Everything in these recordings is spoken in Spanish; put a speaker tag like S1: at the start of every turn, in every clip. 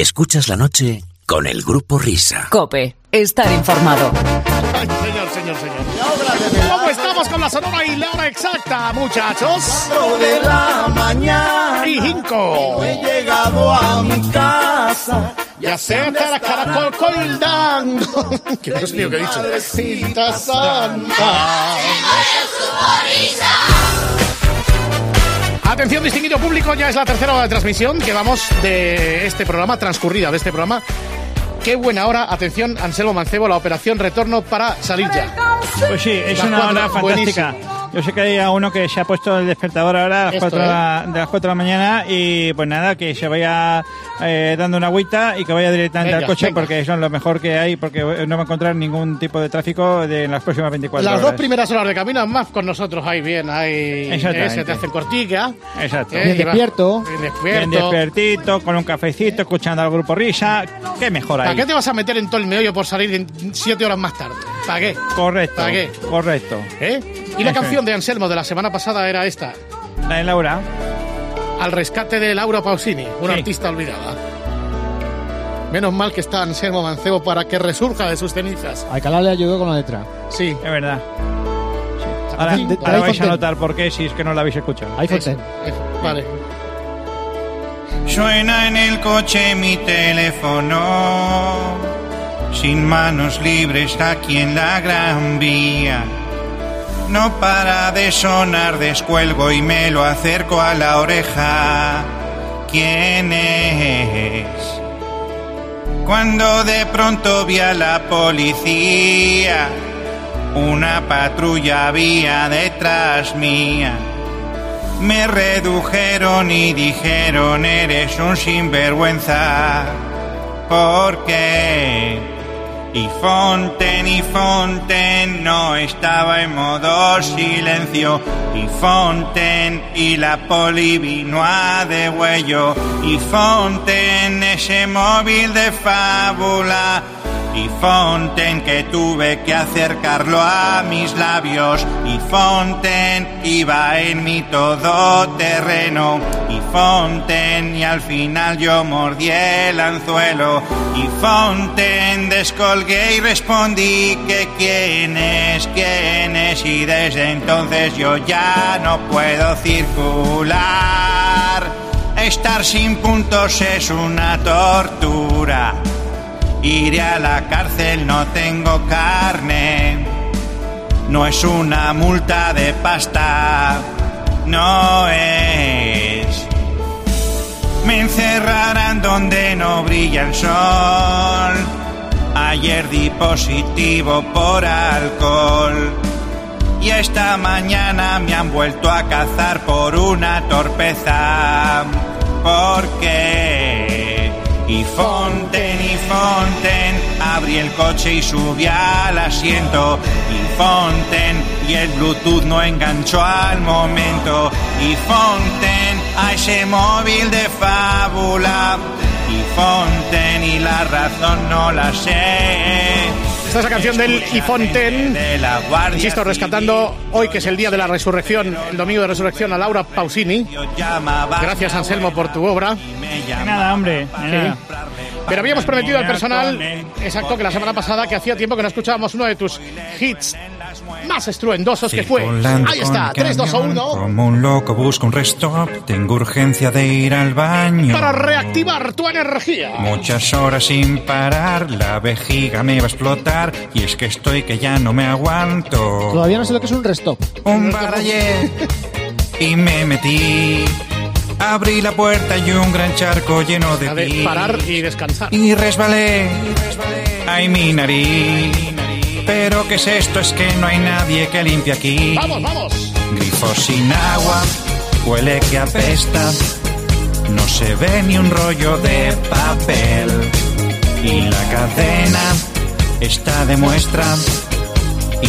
S1: Escuchas la noche con el grupo Risa.
S2: Cope, estar informado.
S3: Ay, señor, señor, señor. ¿Cómo estamos con la sonora y la hora exacta, muchachos?
S4: de la mañana
S3: Y cinco.
S4: he llegado a mi casa.
S3: Ya se estará caracol colgando. Que Dios mío, que he dicho. Cinta santa. Atención, distinguido público, ya es la tercera hora de transmisión que vamos de este programa, transcurrida de este programa. Qué buena hora, atención, Anselmo Mancebo, la operación retorno para salir ya.
S5: Pues sí, es
S3: Las
S5: una
S3: cuatro,
S5: hora fantástica. Yo sé que hay a uno que se ha puesto el despertador ahora a las
S3: Esto, ¿eh?
S5: 4 de la- de las 4 de la mañana y pues nada, que se vaya eh, dando una agüita y que vaya directamente
S3: Venga,
S5: al coche
S3: venga.
S5: porque eso es lo mejor que hay porque eh, no va a encontrar ningún tipo de tráfico de, en las próximas 24
S3: Las dos
S5: horas.
S3: primeras horas de camino más con nosotros, ahí bien, ahí
S5: Exactamente.
S3: eh, se te hacen cortica.
S5: Exacto.
S3: Eh,
S5: Bien
S3: y va-
S6: despierto.
S3: Bien
S5: Bien
S3: despierto.
S5: despiertito, con un cafecito, escuchando al grupo Risa. Qué mejor
S3: ¿Para
S5: hay.
S3: qué te vas a meter en todo el meollo por salir en- siete horas más tarde? ¿Para qué?
S5: Correcto.
S3: ¿Para qué?
S5: Correcto.
S3: ¿Eh? Y la
S5: Eso
S3: canción
S5: es.
S3: de Anselmo de la semana pasada era esta,
S5: La de Laura.
S3: Al rescate de Laura Pausini, una
S5: Sí.
S3: artista olvidada. Menos mal que está Anselmo Mancebo para que resurja de sus cenizas.
S6: Alcalá le ayudó con la letra.
S3: Sí.
S5: Es verdad. Sí. Ahora,
S6: De- de
S5: ahora vais a
S6: iPhone
S5: notar por qué si es que no la habéis escuchado. Pues,
S6: iPhone
S3: eso,
S6: 10.
S3: eso. Vale.
S7: Suena en el coche mi teléfono, sin manos libres aquí en la gran vía. No para de sonar, descuelgo y me lo acerco a la oreja. ¿Quién es? Cuando de pronto vi a la policía, una patrulla había detrás mía. Me redujeron y dijeron eres un sinvergüenza. ¿Por qué? Y Fonten y Fonten no estaba en modo silencio. Y Fonten y la poli vino a de huello. Y Fonten ese móvil de fábula. Y Fonten que tuve que acercarlo a mis labios. Y Fonten iba en mi todoterreno. Y Fonten y al final yo mordí el anzuelo. Y Fonten descolgué y respondí que quién es, quién es. Y desde entonces yo ya no puedo circular. Estar sin puntos es una tortura. Iré a la cárcel, no tengo carne. No es una multa de pasta, no es. Me encerrarán donde no brilla el sol. Ayer di positivo por alcohol. Y esta mañana me han vuelto a cazar por una torpeza. ¿Por qué? Y Fonten, y Fonten, abrí el coche y subí al asiento. Y Fonten, y el Bluetooth no enganchó al momento. Y Fonten, a ese móvil de fábula. Y Fonten, y la razón no la sé.
S3: Esta es la canción del
S7: Escucha,
S3: Ifonten.
S7: gente de la Guardia
S3: Insisto, rescatando
S7: Civil.
S3: hoy, que es el día de la resurrección, el domingo de resurrección, a Laura Pausini. Gracias, Anselmo, por tu obra.
S5: Nada, hombre. nada.
S3: Pero habíamos prometido al personal, exacto, que la semana pasada, que hacía tiempo que no escuchábamos uno de tus hits más estruendosos que fue.
S7: Circulando
S3: Ahí está,
S7: con
S3: 3, 2
S7: camión,
S3: 1.
S7: Como un loco busco un resto, tengo urgencia de ir al baño.
S3: Para reactivar tu energía.
S7: Muchas horas sin parar, la vejiga me va a explotar y es que estoy que ya no me aguanto.
S6: Todavía no sé lo que es un restop.
S7: Un bar ayer y me metí. Abrí la puerta y un gran charco lleno de
S3: La de
S7: pis.
S3: parar y descansar.
S7: y resbalé. Ay, mi nariz. Pero ¿qué es esto? Es que no hay nadie que limpie aquí.
S3: Vamos, vamos.
S7: Grifo sin agua, huele que apesta. No se ve ni un rollo de papel. Y la cadena está de muestra.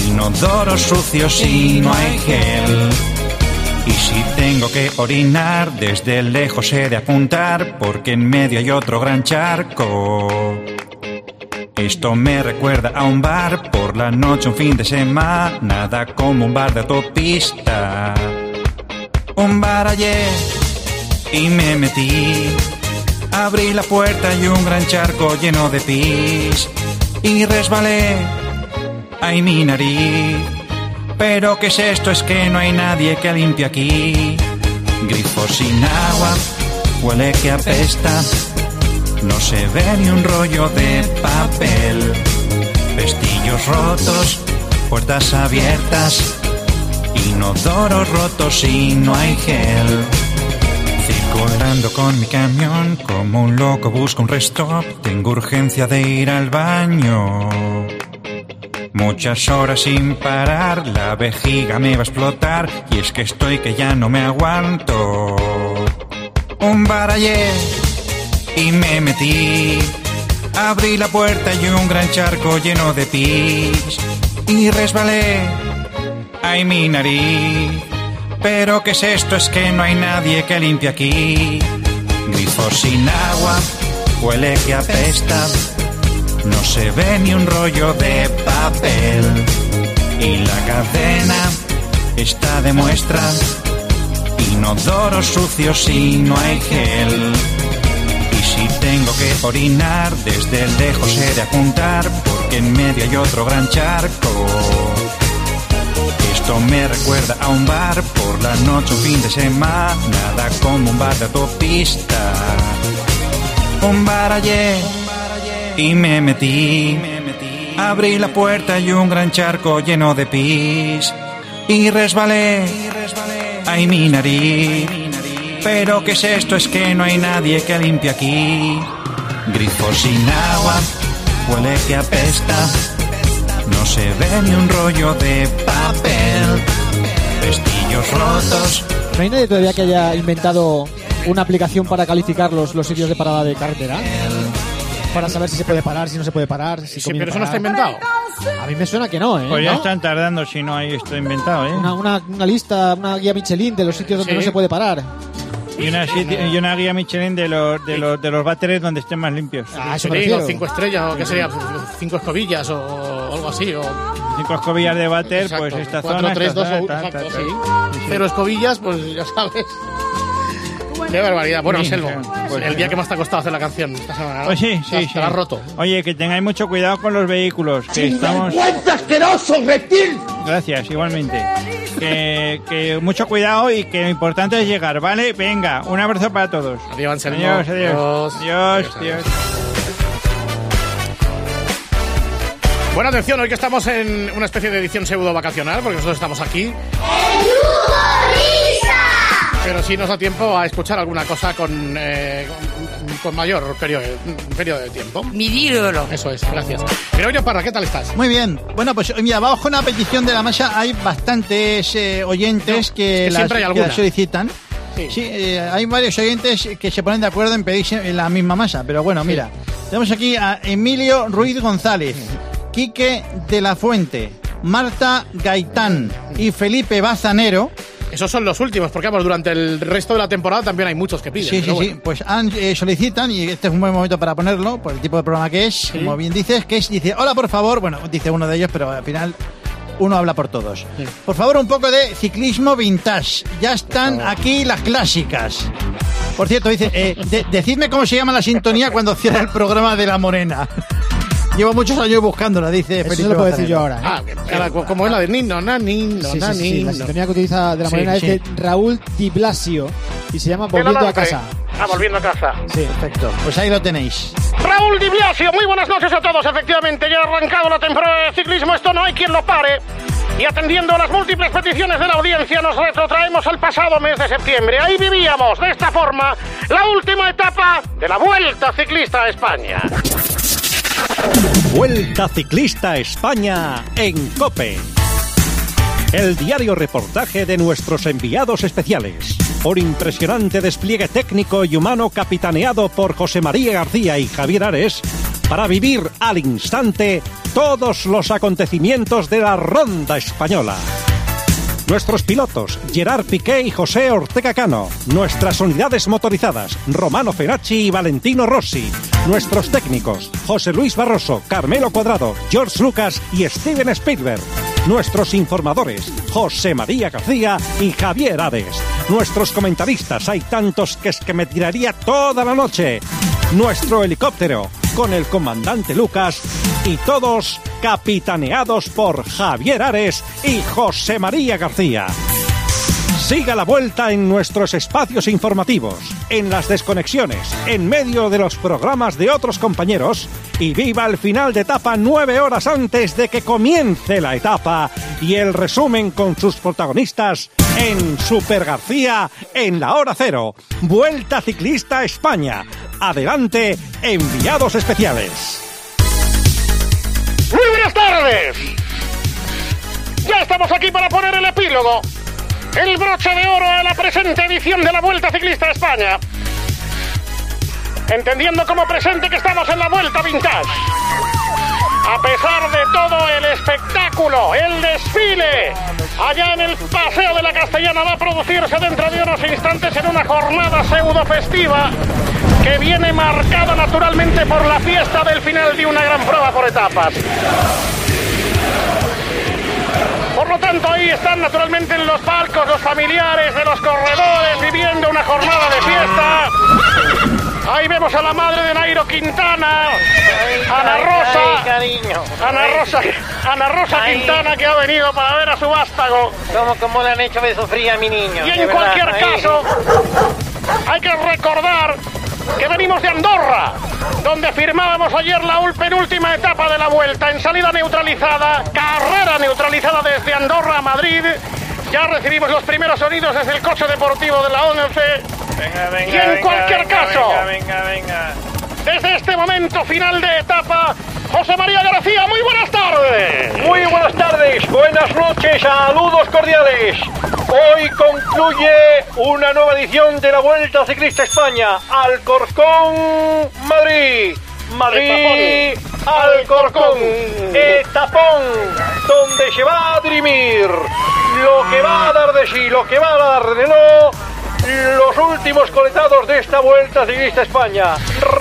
S7: Inodoro sucio si no hay gel. Y si tengo que orinar, desde lejos he de apuntar, porque en medio hay otro gran charco. Esto me recuerda a un bar por la noche, un fin de semana, nada como un bar de autopista. Un bar ayer y me metí. Abrí la puerta y un gran charco lleno de pis. Y resbalé. Ay, mi nariz. Pero qué es esto, es que no hay nadie que limpie aquí. Grifo sin agua, huele que apesta. No se ve ni un rollo de papel. Pestillos rotos, puertas abiertas. Inodoros rotos y no hay gel. Circulando con mi camión, como un loco busco un resto. Tengo urgencia de ir al baño. Muchas horas sin parar, la vejiga me va a explotar. Y es que estoy que ya no me aguanto. Un barallé y me metí. Abrí la puerta y un gran charco lleno de pis. Y resbalé ay mi nariz. Pero qué es esto, es que no hay nadie que limpie aquí. Grifo sin agua, huele que apesta. No se ve ni un rollo de papel. Y la cadena está de muestra. Inodoros sucios y no hay gel. Y si tengo que orinar, desde lejos he de apuntar, porque en medio hay otro gran charco. Esto me recuerda a un bar por la noche, un fin de semana, nada como un bar de autopista. Un bar ayer y me metí. Abrí la puerta y un gran charco lleno de pis. Y resbalé, ay mi nariz. Pero qué es esto, es que no hay nadie que limpie aquí. Grifo sin agua, huele que apesta. No se ve ni un rollo de papel. Pestillos rotos.
S3: ¿No hay nadie todavía que haya inventado una aplicación para calificar los, los sitios de parada de carretera? Para saber si se puede parar, si no se puede parar, si
S4: Sí,
S3: conviene
S4: pero eso no está
S3: parar.
S4: inventado.
S3: A mí me suena que no, ¿eh?
S8: Pues ya
S3: ¿No?
S8: están tardando si no hay esto inventado, ¿eh?
S3: Una, una- una lista, una guía Michelin de los sitios donde
S4: Sí.
S3: no se puede parar.
S8: Y una, siti- y una guía Michelin de los, de los, de los váteres donde estén más limpios.
S3: Ah, eso me
S4: Sí,
S3: refiero.
S4: o cinco estrellas, o qué sería, cinco escobillas, o algo así, o
S8: Cinco escobillas de váter,
S4: Exacto,
S8: pues esta
S4: cuatro,
S8: zona...
S4: tres,
S8: esta
S4: dos,
S8: zona,
S4: o
S8: ta,
S4: exacto,
S8: ta,
S4: sí.
S8: ta. Sí, sí.
S4: Cero escobillas, pues ya sabes. Qué barbaridad. Bueno,
S8: Sí,
S4: Anselmo,
S8: sí, pues
S4: el
S8: sí.
S4: día que más te ha costado hacer la canción esta semana. ¿no?
S8: Pues sí,
S4: Te la-
S8: sí, sí.
S4: Te la has roto.
S8: Oye, que tengáis mucho cuidado con los vehículos. Que estamos...
S9: asqueroso, reptil!
S8: Gracias, igualmente. Que, que mucho cuidado y que lo importante es llegar, ¿vale? Venga, un abrazo para todos.
S4: Adiós, Anselmo.
S8: Adiós, adiós.
S4: Adiós. Adiós,
S8: Adiós, adiós.
S4: Buena atención, hoy que estamos en una especie de edición pseudo vacacional, porque nosotros estamos aquí. Pero sí nos da tiempo a escuchar alguna cosa con, eh, con- con mayor periodo, periodo de tiempo.
S10: Mi ídolo.
S4: Eso es, gracias. Gregorio Parra, ¿qué tal estás?
S11: Muy bien. Bueno, pues mira, vamos con una petición de la masa. Hay bastantes eh, oyentes
S4: No,
S11: que,
S4: es que
S11: las,
S4: siempre hay
S11: que
S4: alguna.
S11: las solicitan.
S4: Sí.
S11: Sí, eh, hay varios oyentes que se ponen de acuerdo en pedirse en la misma masa. Pero bueno, mira, tenemos aquí a Emilio Ruiz González, Quique de la Fuente, Marta Gaitán y Felipe Bazanero.
S4: Esos son los últimos, porque vamos, durante el resto de la temporada también hay muchos que piden.
S11: Sí, sí,
S4: pero
S11: sí.
S4: bueno.
S11: Pues han, eh, solicitan, y este es un buen momento para ponerlo, por el tipo de programa que es, como bien dices, que es, dice, hola, por favor, bueno, dice uno de ellos, pero al final uno habla por todos. Por favor, un poco de ciclismo vintage. Ya están aquí las clásicas. Por cierto, dice, eh, de- decidme cómo se llama la sintonía cuando cierra el programa de La Morena. Llevo muchos años buscándola, dice
S3: Eso
S11: Felipe
S3: se lo puedo decir
S11: Bazanero.
S3: yo ahora. ¿eh?
S4: Ah, que- que la- como es la de Nino, na, Nino,
S3: Sí,
S4: na,
S3: sí, sí, sí, La
S4: Nino.
S3: sintonía que utiliza de la
S11: Sí,
S3: morena
S11: sí.
S3: es de Raúl Di Blasio y se llama Volviendo a casa.
S4: Ah, volviendo a casa.
S3: Sí.
S11: Perfecto, pues ahí lo tenéis.
S4: Raúl Di Blasio, muy buenas noches a todos. Efectivamente, ya ha arrancado la temporada de ciclismo, esto no hay quien lo pare. Y atendiendo a las múltiples peticiones de la audiencia, nos retrotraemos al pasado mes de septiembre. Ahí vivíamos, de esta forma, la última etapa de la Vuelta Ciclista a España.
S12: Vuelta Ciclista a España en Cope. El diario reportaje de nuestros enviados especiales. Por impresionante despliegue técnico y humano capitaneado por José María García y Javier Ares, para vivir al instante todos los acontecimientos de la ronda española. Nuestros pilotos, Gerard Piqué y José Ortega Cano. Nuestras unidades motorizadas, Romano Feracci y Valentino Rossi. Nuestros técnicos, José Luis Barroso, Carmelo Cuadrado, George Lucas y Steven Spielberg. Nuestros informadores, José María García y Javier Hades. nuestros comentaristas, hay tantos que es que me tiraría toda la noche, nuestro helicóptero con el comandante Lucas y todos capitaneados por Javier Ares y José María García. Siga la vuelta en nuestros espacios informativos, en las desconexiones, en medio de los programas de otros compañeros y viva el final de etapa nueve horas antes de que comience la etapa y el resumen con sus protagonistas en Super García en la hora cero. Vuelta Ciclista a España. Adelante, enviados especiales.
S4: Muy buenas tardes. Ya estamos aquí para poner el epílogo. El broche de oro a la presente edición de la Vuelta Ciclista a España. Entendiendo como presente que estamos en la Vuelta Vintage. A pesar de todo el espectáculo, el desfile, allá en el Paseo de la Castellana va a producirse dentro de unos instantes en una jornada pseudo festiva que viene marcada naturalmente por la fiesta del final de una gran prueba por etapas. Por lo tanto, ahí están naturalmente en los palcos los familiares de los corredores viviendo una jornada de fiesta. Ahí vemos a la madre de Nairo Quintana, Ana Rosa,
S10: cariño.
S4: Ana Rosa, Ana Rosa
S10: Ay.
S4: Quintana que ha venido para ver a su vástago.
S10: ¿Cómo, cómo le han hecho de sufrir a mi niño?
S4: Y
S10: de
S4: en
S10: verdad,
S4: cualquier
S10: ahí.
S4: caso, hay que recordar que venimos de Andorra, donde firmábamos ayer la ul- penúltima etapa de la vuelta en salida neutralizada, carrera neutralizada desde Andorra a Madrid. Ya recibimos los primeros sonidos desde el coche deportivo de la 11.
S13: Venga, venga,
S4: Y en
S13: venga,
S4: cualquier
S13: venga,
S4: caso.
S13: Venga, venga, venga.
S4: Desde este momento final de etapa, José María García, muy buenas tardes.
S13: Muy buenas tardes, buenas noches, saludos cordiales. Hoy concluye una nueva edición de la Vuelta Ciclista a España. Alcorcón, Madrid. Madrid, Alcorcón. Etapón, donde se va a dirimir lo que va a dar de sí, lo que va a dar de no. Los últimos coletados de esta Vuelta Ciclista a España.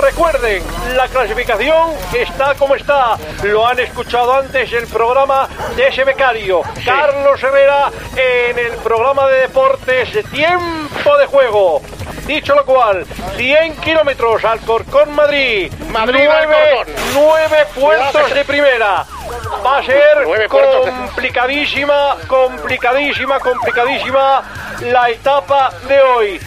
S13: Recuerden, la clasificación está como está. Lo han escuchado antes el programa de ese becario, Carlos Herrera, en el programa de deportes de tiempo de juego. Dicho lo cual, 100 kilómetros Alcorcón, Madrid.
S4: Madrid,
S13: nueve,
S4: Alcorcón.
S13: nueve puestos de primera. Va a
S4: Nueve
S13: ser
S4: puertos de-
S13: complicadísima, complicadísima, complicadísima la etapa de hoy.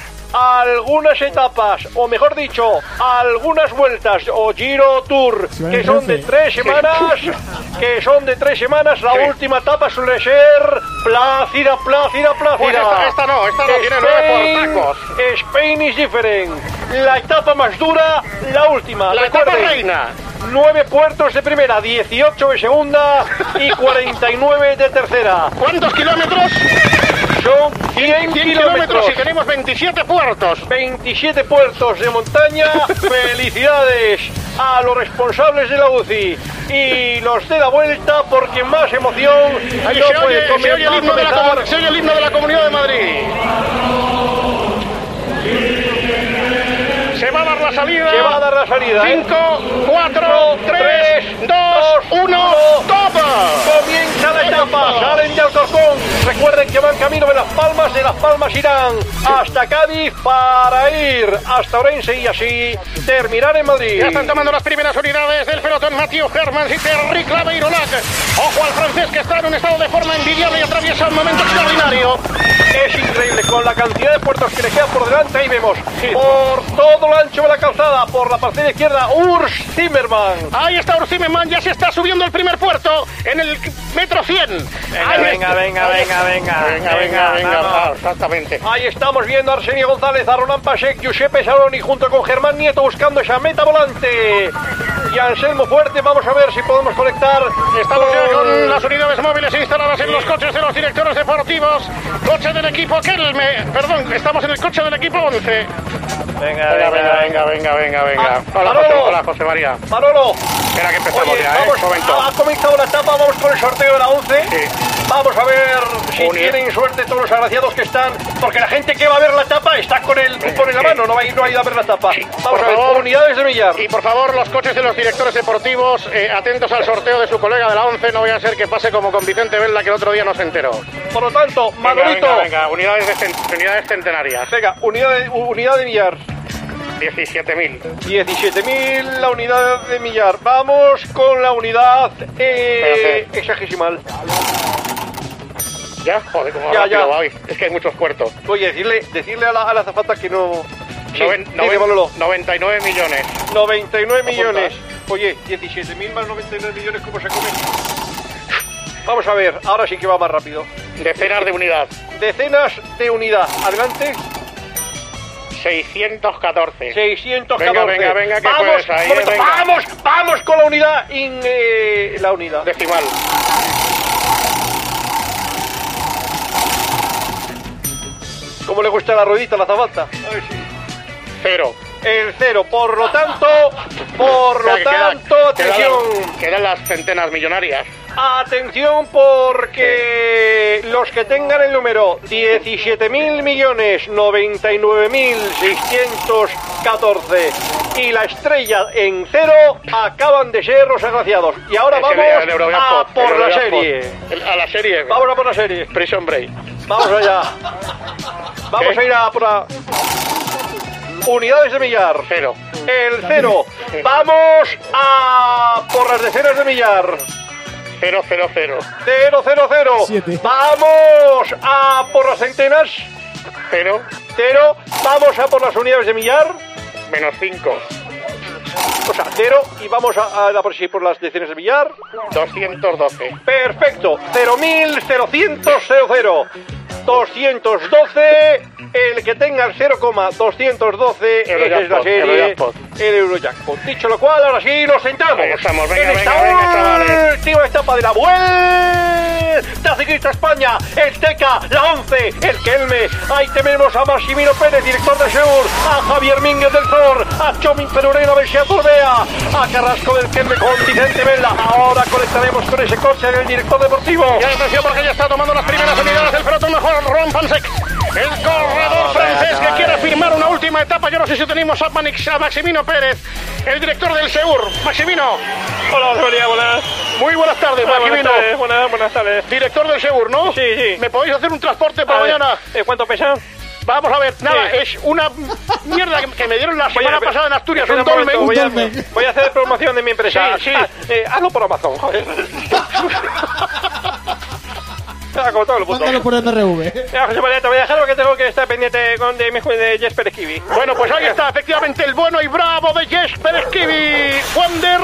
S13: Algunas etapas, o mejor dicho, algunas vueltas o Giro Tour,
S3: van
S13: que
S3: en
S13: son de
S3: trece.
S13: tres semanas, que son de tres semanas, la última etapa suele ser plácida, plácida, plácida.
S4: Pues esta- esta no, esta no, tiene nueve
S13: Spain-
S4: portacos.
S13: Spain is different. La etapa más dura, la última.
S4: La etapa
S13: Recuerden,
S4: reina.
S13: 9 puertos de primera, 18 de segunda y 49 de tercera.
S4: ¿Cuántos kilómetros?
S13: Son
S4: 100
S13: 100, kilómetros
S4: kilómetros y tenemos 27 puertos.
S13: 27 puertos de montaña. Felicidades a los responsables de la UCI y los de la vuelta porque más emoción
S4: Ahí
S13: no
S4: se,
S13: puede
S4: oye, se oye el
S13: comenzar.
S4: himno de la, comu- se oye el himno de la Comunidad de Madrid. Se va a dar la salida.
S13: Se va a dar la salida. ¿eh?
S4: 5, 4,
S13: Cinco,
S4: 3,
S13: tres,
S4: 2,
S13: dos,
S4: 1,
S13: uno.
S4: ¡Topa!
S13: Comienza la etapa, salen de Alcorcón. Recuerden que van camino de Las Palmas, de Las Palmas irán hasta Cádiz para ir hasta Orense y así terminar en Madrid.
S4: Ya están tomando las primeras unidades del pelotón Matthew Hermans y Terry Claveironac. Ojo al francés que está en un estado de forma envidiable y atraviesa un momento extraordinario.
S13: Es increíble con la cantidad de puertos que le quedan por delante. Ahí vemos por todo el ancho de la calzada, por la parte izquierda, Urs Zimmerman.
S4: Ahí está Urcimeman, ya se está subiendo el primer puerto en el metro 100. Ahí está.
S13: venga,
S4: Venga, venga, venga,
S13: vamos.
S4: claro, exactamente.
S13: Ahí estamos viendo a Arsenio González, a Roland Pasek, Giuseppe Saloni junto con Germán Nieto buscando esa meta volante. Y Anselmo Fuerte, vamos a ver si podemos conectar.
S4: Estamos ya con las unidades móviles instaladas en los coches de los directores deportivos. Coche del equipo Kelme. Perdón, estamos en el coche del equipo 11.
S13: Venga,
S4: Venga, venga, venga, venga, venga, venga.
S13: Ah,
S4: Hola,
S13: Manolo.
S4: José, hola, José María.
S13: Manolo,
S4: Espera que empezamos
S13: oye,
S4: ya, ¿eh?
S13: vamos,
S4: Un momento.
S13: ha comenzado la etapa, vamos con el sorteo de la 11.
S4: Sí.
S13: Vamos a ver si tienen suerte todos los agraciados que están, porque la gente que va a ver la tapa está con el cupón en la mano, no va a ir, no ha ido a ver la tapa. Vamos a ver, unidades de millar.
S4: Y por favor, los coches de los directores deportivos, eh, atentos al sorteo de su colega de la 11, no vaya a ser que pase como con Vicente Velda que el otro día no se enteró.
S13: Por lo tanto,
S4: Venga,
S13: Manolito.
S4: venga, venga, unidades, de cen- unidades centenarias.
S13: Venga, unidad de, u- unidad de millar.
S4: 17.000.
S13: 17.000 la unidad de millar. Vamos con la unidad eh, hexagesimal.
S4: Ya, joder, como
S13: Ya,
S4: rápido
S13: ya.
S4: va hoy. Es que hay muchos puertos.
S13: Oye, decirle, decirle a la, a la azafata que no... Sí,
S4: Noven-
S13: dile,
S4: noven-
S13: Manolo.
S4: 99 millones.
S13: 99 millones. Oye, 17.000 más 99 millones, ¿cómo se come? Vamos a ver, ahora sí que va más rápido.
S4: Decenas de unidad.
S13: Decenas de unidad. Adelante.
S4: 614.
S13: 614.
S4: Venga, venga, venga, que
S13: vamos,
S4: puedes ahí,
S13: un momento,
S4: eh, venga.
S13: vamos, vamos con la unidad. in- eh, la unidad.
S4: Decimal.
S13: 0 ¿Cómo le cuesta la ruedita a la zapata?
S4: Cero.
S13: El cero. Por lo tanto,
S4: O
S13: por
S4: sea,
S13: lo
S4: que queda-
S13: tanto,
S4: quedan,
S13: atención.
S4: quedan las centenas millonarias.
S13: Atención porque los que tengan el número 17.000 millones 99.614 y la estrella en cero acaban de ser los agraciados. Y ahora
S4: Es el-
S13: vamos
S4: el Eurojackpot,
S13: a por
S4: el
S13: la
S4: Eurojackpot.
S13: serie.
S4: El- a la serie.
S13: Vamos a por la serie.
S4: Prison Break.
S13: Vamos allá. Vamos
S4: ¿Qué?
S13: a ir a por la... Unidades de millar.
S4: Cero.
S13: El cero. Vamos a por las decenas de millar.
S4: Cero, cero, cero.
S13: 0, 0, 0.
S3: Siete.
S13: Vamos a por las centenas.
S4: Cero.
S13: 0. Vamos a por las unidades de millar.
S4: Menos cinco.
S13: O sea, 0. Y vamos a, a, a por, sí, por las decenas de millar.
S4: 212.
S13: Perfecto. 0.000. 212. El que tenga el 0,212 es la
S4: Eurojackpot,
S13: serie.
S4: Eurojackpot.
S13: El Eurojackpot. Dicho lo cual, ahora sí nos sentamos.
S4: Ahí estamos. Venga,
S13: en esta
S4: venga, venga, chavales.
S13: última etapa de la Vuelta Ciclista a España. El Teca, la 11, el Kelme. Ahí tenemos a Maximino Pérez, director de Seur. A Javier Mínguez del Zor. A Chomín Perurena del Seatordea. A Carrasco del Kelme con Vicente Vela. Ahora conectaremos con ese coche del director deportivo.
S4: Y atención porque ya está tomando las primeras unidades el pelotón mejor Ron Pansek. El corredor francés que quiere firmar una última etapa. Yo no sé si tenemos a, Manix, a Maximino Pérez, el director del SEUR. Maximino,
S13: Hola, Sonia, buenas.
S4: muy buenas
S13: Ah,
S4: tardes, Maximino.
S13: buenas, buenas tardes.
S4: Director del SEUR, ¿no?
S13: Sí, sí.
S4: ¿Me podéis hacer un transporte para mañana?
S13: ¿Cuánto pesan?
S4: Vamos a ver, nada,
S13: Sí.
S4: es una mierda que- que me dieron la semana
S13: espera,
S4: pasada en Asturias,
S13: espera
S4: un
S13: un momento,
S4: dolmen.
S13: voy a-
S3: dolmen.
S13: Voy a hacer promoción de mi empresa.
S4: Sí, sí.
S13: Ah, eh, hazlo por Amazon, joder. Ah, como todo el puto.
S3: Mándalo por MRV.
S13: Mira, José María, te voy a dejar porque tengo que estar pendiente con de mi juez de Jesper Esquivi.
S4: Bueno, pues ahí está, efectivamente, el bueno y bravo de Jesper Esquivi. Wander.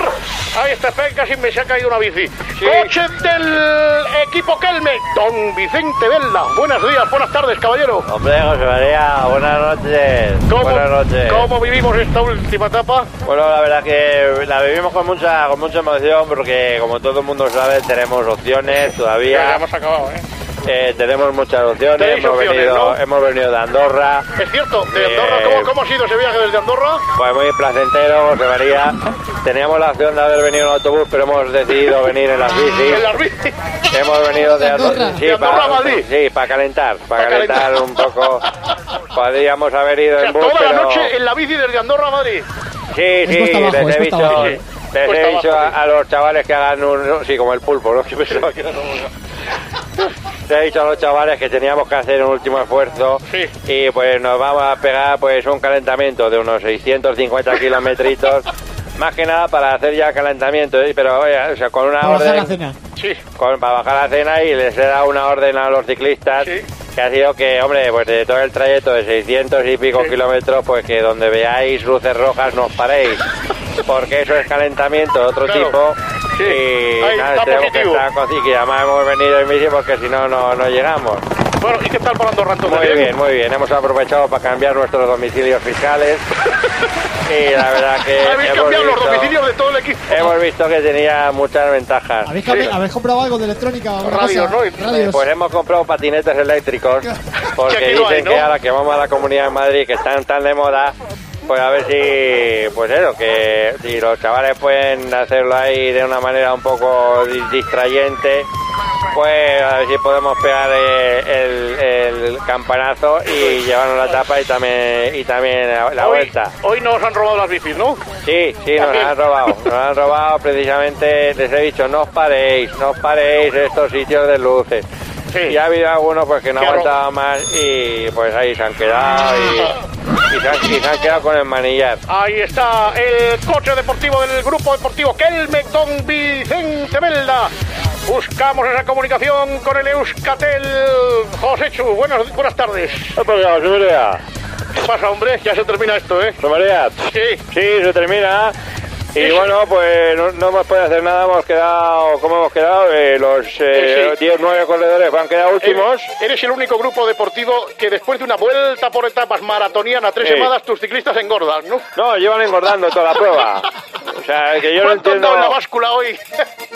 S4: Ahí está, ven, casi me se ha caído una bici. Coche del equipo Kelme, don Vicente Vela. Buenos días, buenas tardes, caballero.
S5: Hombre, José María, buenas noches. Buenas noches.
S4: cómo vivimos esta última etapa?
S5: Bueno, la verdad que la vivimos con mucha, con mucha emoción porque, como todo el mundo sabe, tenemos opciones
S4: Ya, ya
S5: todavía.
S4: hemos acabado, ¿eh?
S5: Eh, tenemos muchas opciones.
S4: Tenéis
S5: Hemos,
S4: opciones,
S5: venido,
S4: ¿no?
S5: hemos venido de Andorra.
S4: Es cierto, de
S5: Eh,
S4: Andorra, ¿cómo, cómo ha sido ese viaje desde Andorra?
S5: Pues muy placentero, José María. Teníamos la opción de haber venido en autobús, pero hemos decidido venir en las bicis.
S4: En las bicis.
S5: Hemos venido de Andorra, sí,
S4: De Andorra a
S5: para,
S4: Madrid.
S5: sí, para calentar, para
S4: Para calentar.
S5: calentar, un poco. Podríamos haber ido
S4: O sea,
S5: en bus,
S4: toda
S5: pero
S4: la noche en la bici desde Andorra a Madrid.
S5: sí,
S3: Es
S5: sí,
S3: cuesta abajo, es
S5: les he
S3: cuesta
S5: dicho,
S3: abajo.
S5: les
S4: Cuesta
S5: he dicho
S4: abajo,
S5: a, a los chavales que hagan un, sí, como el pulpo, ¿no? Que pensaba que era como yo. Les he dicho a los chavales que teníamos que hacer un último esfuerzo
S4: Sí.
S5: y pues nos vamos a pegar pues un calentamiento de unos 650 kilometritos, más que nada para hacer ya calentamiento, ¿eh? pero oye, o sea, con una
S3: Para bajar
S5: orden
S3: la cena.
S4: Sí.
S5: con- para bajar la cena y les he dado una orden a los ciclistas
S4: Sí.
S5: que ha sido que, hombre, pues de todo el trayecto de 600 y pico
S4: Sí.
S5: kilómetros, pues que donde veáis luces rojas no os paréis, porque eso es calentamiento de otro
S4: Claro.
S5: tipo.
S4: Sí.
S5: Y
S4: Ahí
S5: Eh, nada,
S4: está
S5: tenemos que
S4: positivo.
S5: estar con y además hemos venido en bici porque si no, no, no llegamos.
S4: Bueno, ¿y qué tal por Andorra entonces?
S5: Muy bien, muy bien. Hemos aprovechado para cambiar nuestros domicilios fiscales. y la verdad que
S4: Habéis
S5: hemos
S4: cambiado los
S5: visto-
S4: domicilios de todo el equipo.
S5: hemos visto que tenía muchas ventajas.
S3: ¿Habéis, cambi- habéis comprado algo de electrónica? alguna
S4: Radios,
S3: cosa?
S4: ¿no? Y-
S3: Radios.
S5: Pues hemos comprado patinetes eléctricos
S4: Que
S5: porque
S4: aquí
S5: dicen
S4: no hay, ¿no?
S5: que ahora que vamos a la comunidad de Madrid que están tan de moda, pues a ver si, pues eso, que si los chavales pueden hacerlo ahí de una manera un poco di- distrayente Pues a ver si podemos pegar eh, el, el campanazo y llevarnos la tapa y también, y también la, la
S4: hoy,
S5: vuelta.
S4: Hoy nos han robado las bicis, ¿no?
S5: Sí, sí, nos
S4: También.
S5: han robado. Nos han robado precisamente, les he dicho, no os paréis, no os paréis estos sitios de luces. Y ha habido algunos pues que no
S4: Que ro-
S5: aguantaban más y pues ahí se han quedado y, y se, han, y se han quedado con el manillar.
S4: Ahí está el coche deportivo del grupo deportivo Kelme Don Vicente Velda. Buscamos esa comunicación con el Euskatel. José Chu, buenas, buenas tardes. ¿Qué pasa, hombre? Ya se termina esto, ¿eh?
S5: Pues
S4: Sí.
S5: Sí, se termina. Y
S4: Sí.
S5: bueno, pues no, no hemos podido hacer nada, hemos quedado, ¿cómo hemos quedado? Eh, los eh,
S4: Eh, sí.
S5: 10, 9 corredores han quedado últimos.
S4: Eres- Eres el único grupo deportivo que después de una vuelta por etapas maratoniana, tres
S5: Sí.
S4: semanas, tus ciclistas engordan, ¿no?
S5: No, llevan engordando toda la prueba. O sea, que yo no
S4: ¿Cuánto han
S5: entiendo...
S4: dado en la báscula hoy?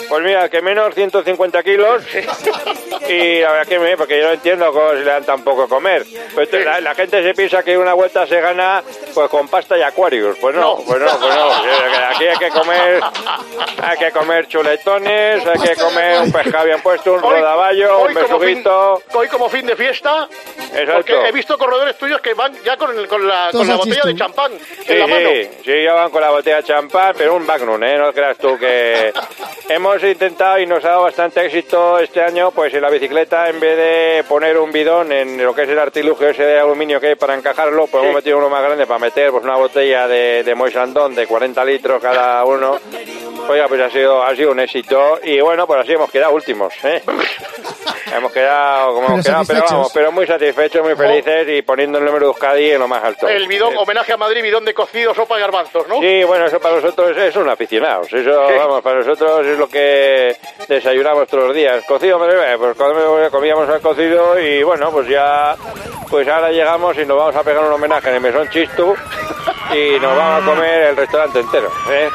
S5: Pues mira, que menos 150 kilos. Y la verdad que me, porque yo no entiendo cómo se le dan tan poco a comer. Pues te- la, la gente se piensa que una vuelta se gana pues con pasta y acuarios. Pues no,
S4: No.
S5: pues no, pues no. Aquí hay que comer, hay que comer chuletones, hay que comer un pescado bien puesto, un
S4: Hoy-
S5: rodaballo, un
S4: hoy como fin-
S5: besuguito.
S4: Hoy como fin de fiesta,
S5: Exacto.
S4: porque he visto corredores tuyos que van ya con, el- con la, con la botella de champán
S5: Sí,
S4: en la mano.
S5: sí, sí, yo van con la botella de champán, pero un Magnum, ¿eh? No creas tú que... Hemos intentado y nos ha dado bastante éxito este año, pues en la bicicleta, en vez de poner un bidón en lo que es el artilugio ese de aluminio que hay para encajarlo, pues hemos metido uno más grande para meter pues, una botella de, de Moët Chandon de 40 litros cada uno. Oiga, pues ha sido, ha sido un éxito y bueno, pues así hemos quedado últimos, ¿eh? hemos quedado como hemos
S3: Pero
S5: quedado, pero vamos,
S3: satisfechos.
S5: pero muy satisfechos, muy felices y poniendo el número de Euskadi en lo más alto.
S4: El bidón,
S5: Eh,
S4: homenaje a Madrid, bidón de cocido, sopa y garbanzos, ¿no?
S5: Sí, bueno, eso para nosotros es un aficionado. Eso, vamos, para nosotros es lo que desayunamos todos los días. Cocido, pues, eh, pues comíamos- comíamos al cocido y bueno, pues ya, pues ahora llegamos y nos vamos a pegar un homenaje en el mesón Chistu y nos vamos a comer el restaurante entero. ¿eh?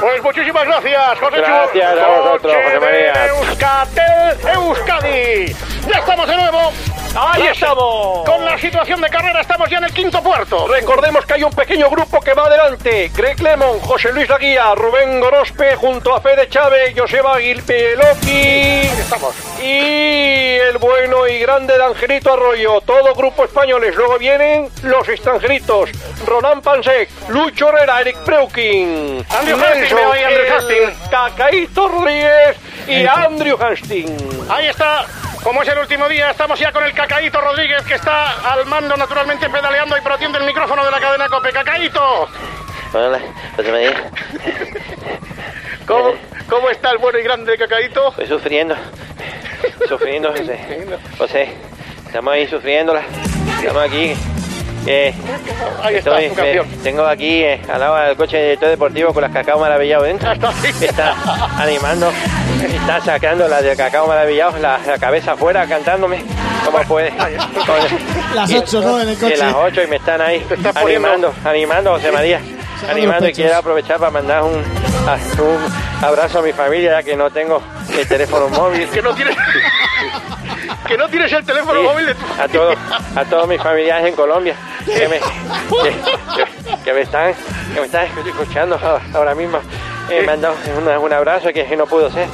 S4: Pues muchísimas gracias, José Chu.
S5: Gracias a vosotros,
S4: Coche
S5: José María.
S4: de Euskaltel Euskadi. Ya estamos de nuevo.
S13: Ahí
S4: Gracias.
S13: estamos.
S4: Con la situación de carrera estamos ya en el quinto puerto.
S13: Recordemos que hay un pequeño grupo que va adelante. Greg Lemon, José Luis Laguía, Rubén Gorospe, junto a Fede Chávez, Joseba Gilpeloqui
S4: Estamos.
S13: y el bueno y grande de Angelito Arroyo. Todo grupo españoles. Luego vienen los extranjeritos. Ronan Pansek, Lucho Herrera, Eric Preukin,
S4: Andrew Hastings, me voy, Andrew Hastings.
S13: Cacaíto Ríez y Andrew Hastings.
S4: Ahí está. Como es el último día, estamos ya con el Cacaíto Rodríguez, que está al mando, naturalmente pedaleando y protiende el micrófono de la cadena Cope. ¡Cacaíto!
S14: Hola, José María.
S4: ¿Cómo, cómo está el bueno y grande Cacaíto?
S14: Estoy sufriendo. Sufriendo, José. José, estamos ahí sufriéndola. Estamos aquí. Eh,
S4: Ahí está,
S14: estoy,
S4: su canción.
S14: eh, tengo aquí eh, al lado del coche de director deportivo con las cacao maravillado
S4: Ah,
S14: dentro. Está animando, está sacando las del cacao maravillado, la, la cabeza afuera, cantándome. como puede? Con-
S15: Las
S14: y-
S15: ocho, ¿no? En el
S14: y
S15: coche.
S14: las 8 y me están ahí
S4: estás poniendo-
S14: animando, animando, José María.
S15: Sacando
S14: Animando
S15: los
S14: y
S15: pechos.
S14: quiero aprovechar para mandar un, a- un abrazo a mi familia, ya que no tengo el teléfono móvil.
S4: Que no tienes... que no tienes el teléfono
S14: Sí,
S4: móvil de tu
S14: a todos a todos mis familiares en Colombia que me, que, que- que me están que me están escuchando ahora- ahora mismo Eh, he mandado un, un abrazo que no pudo ser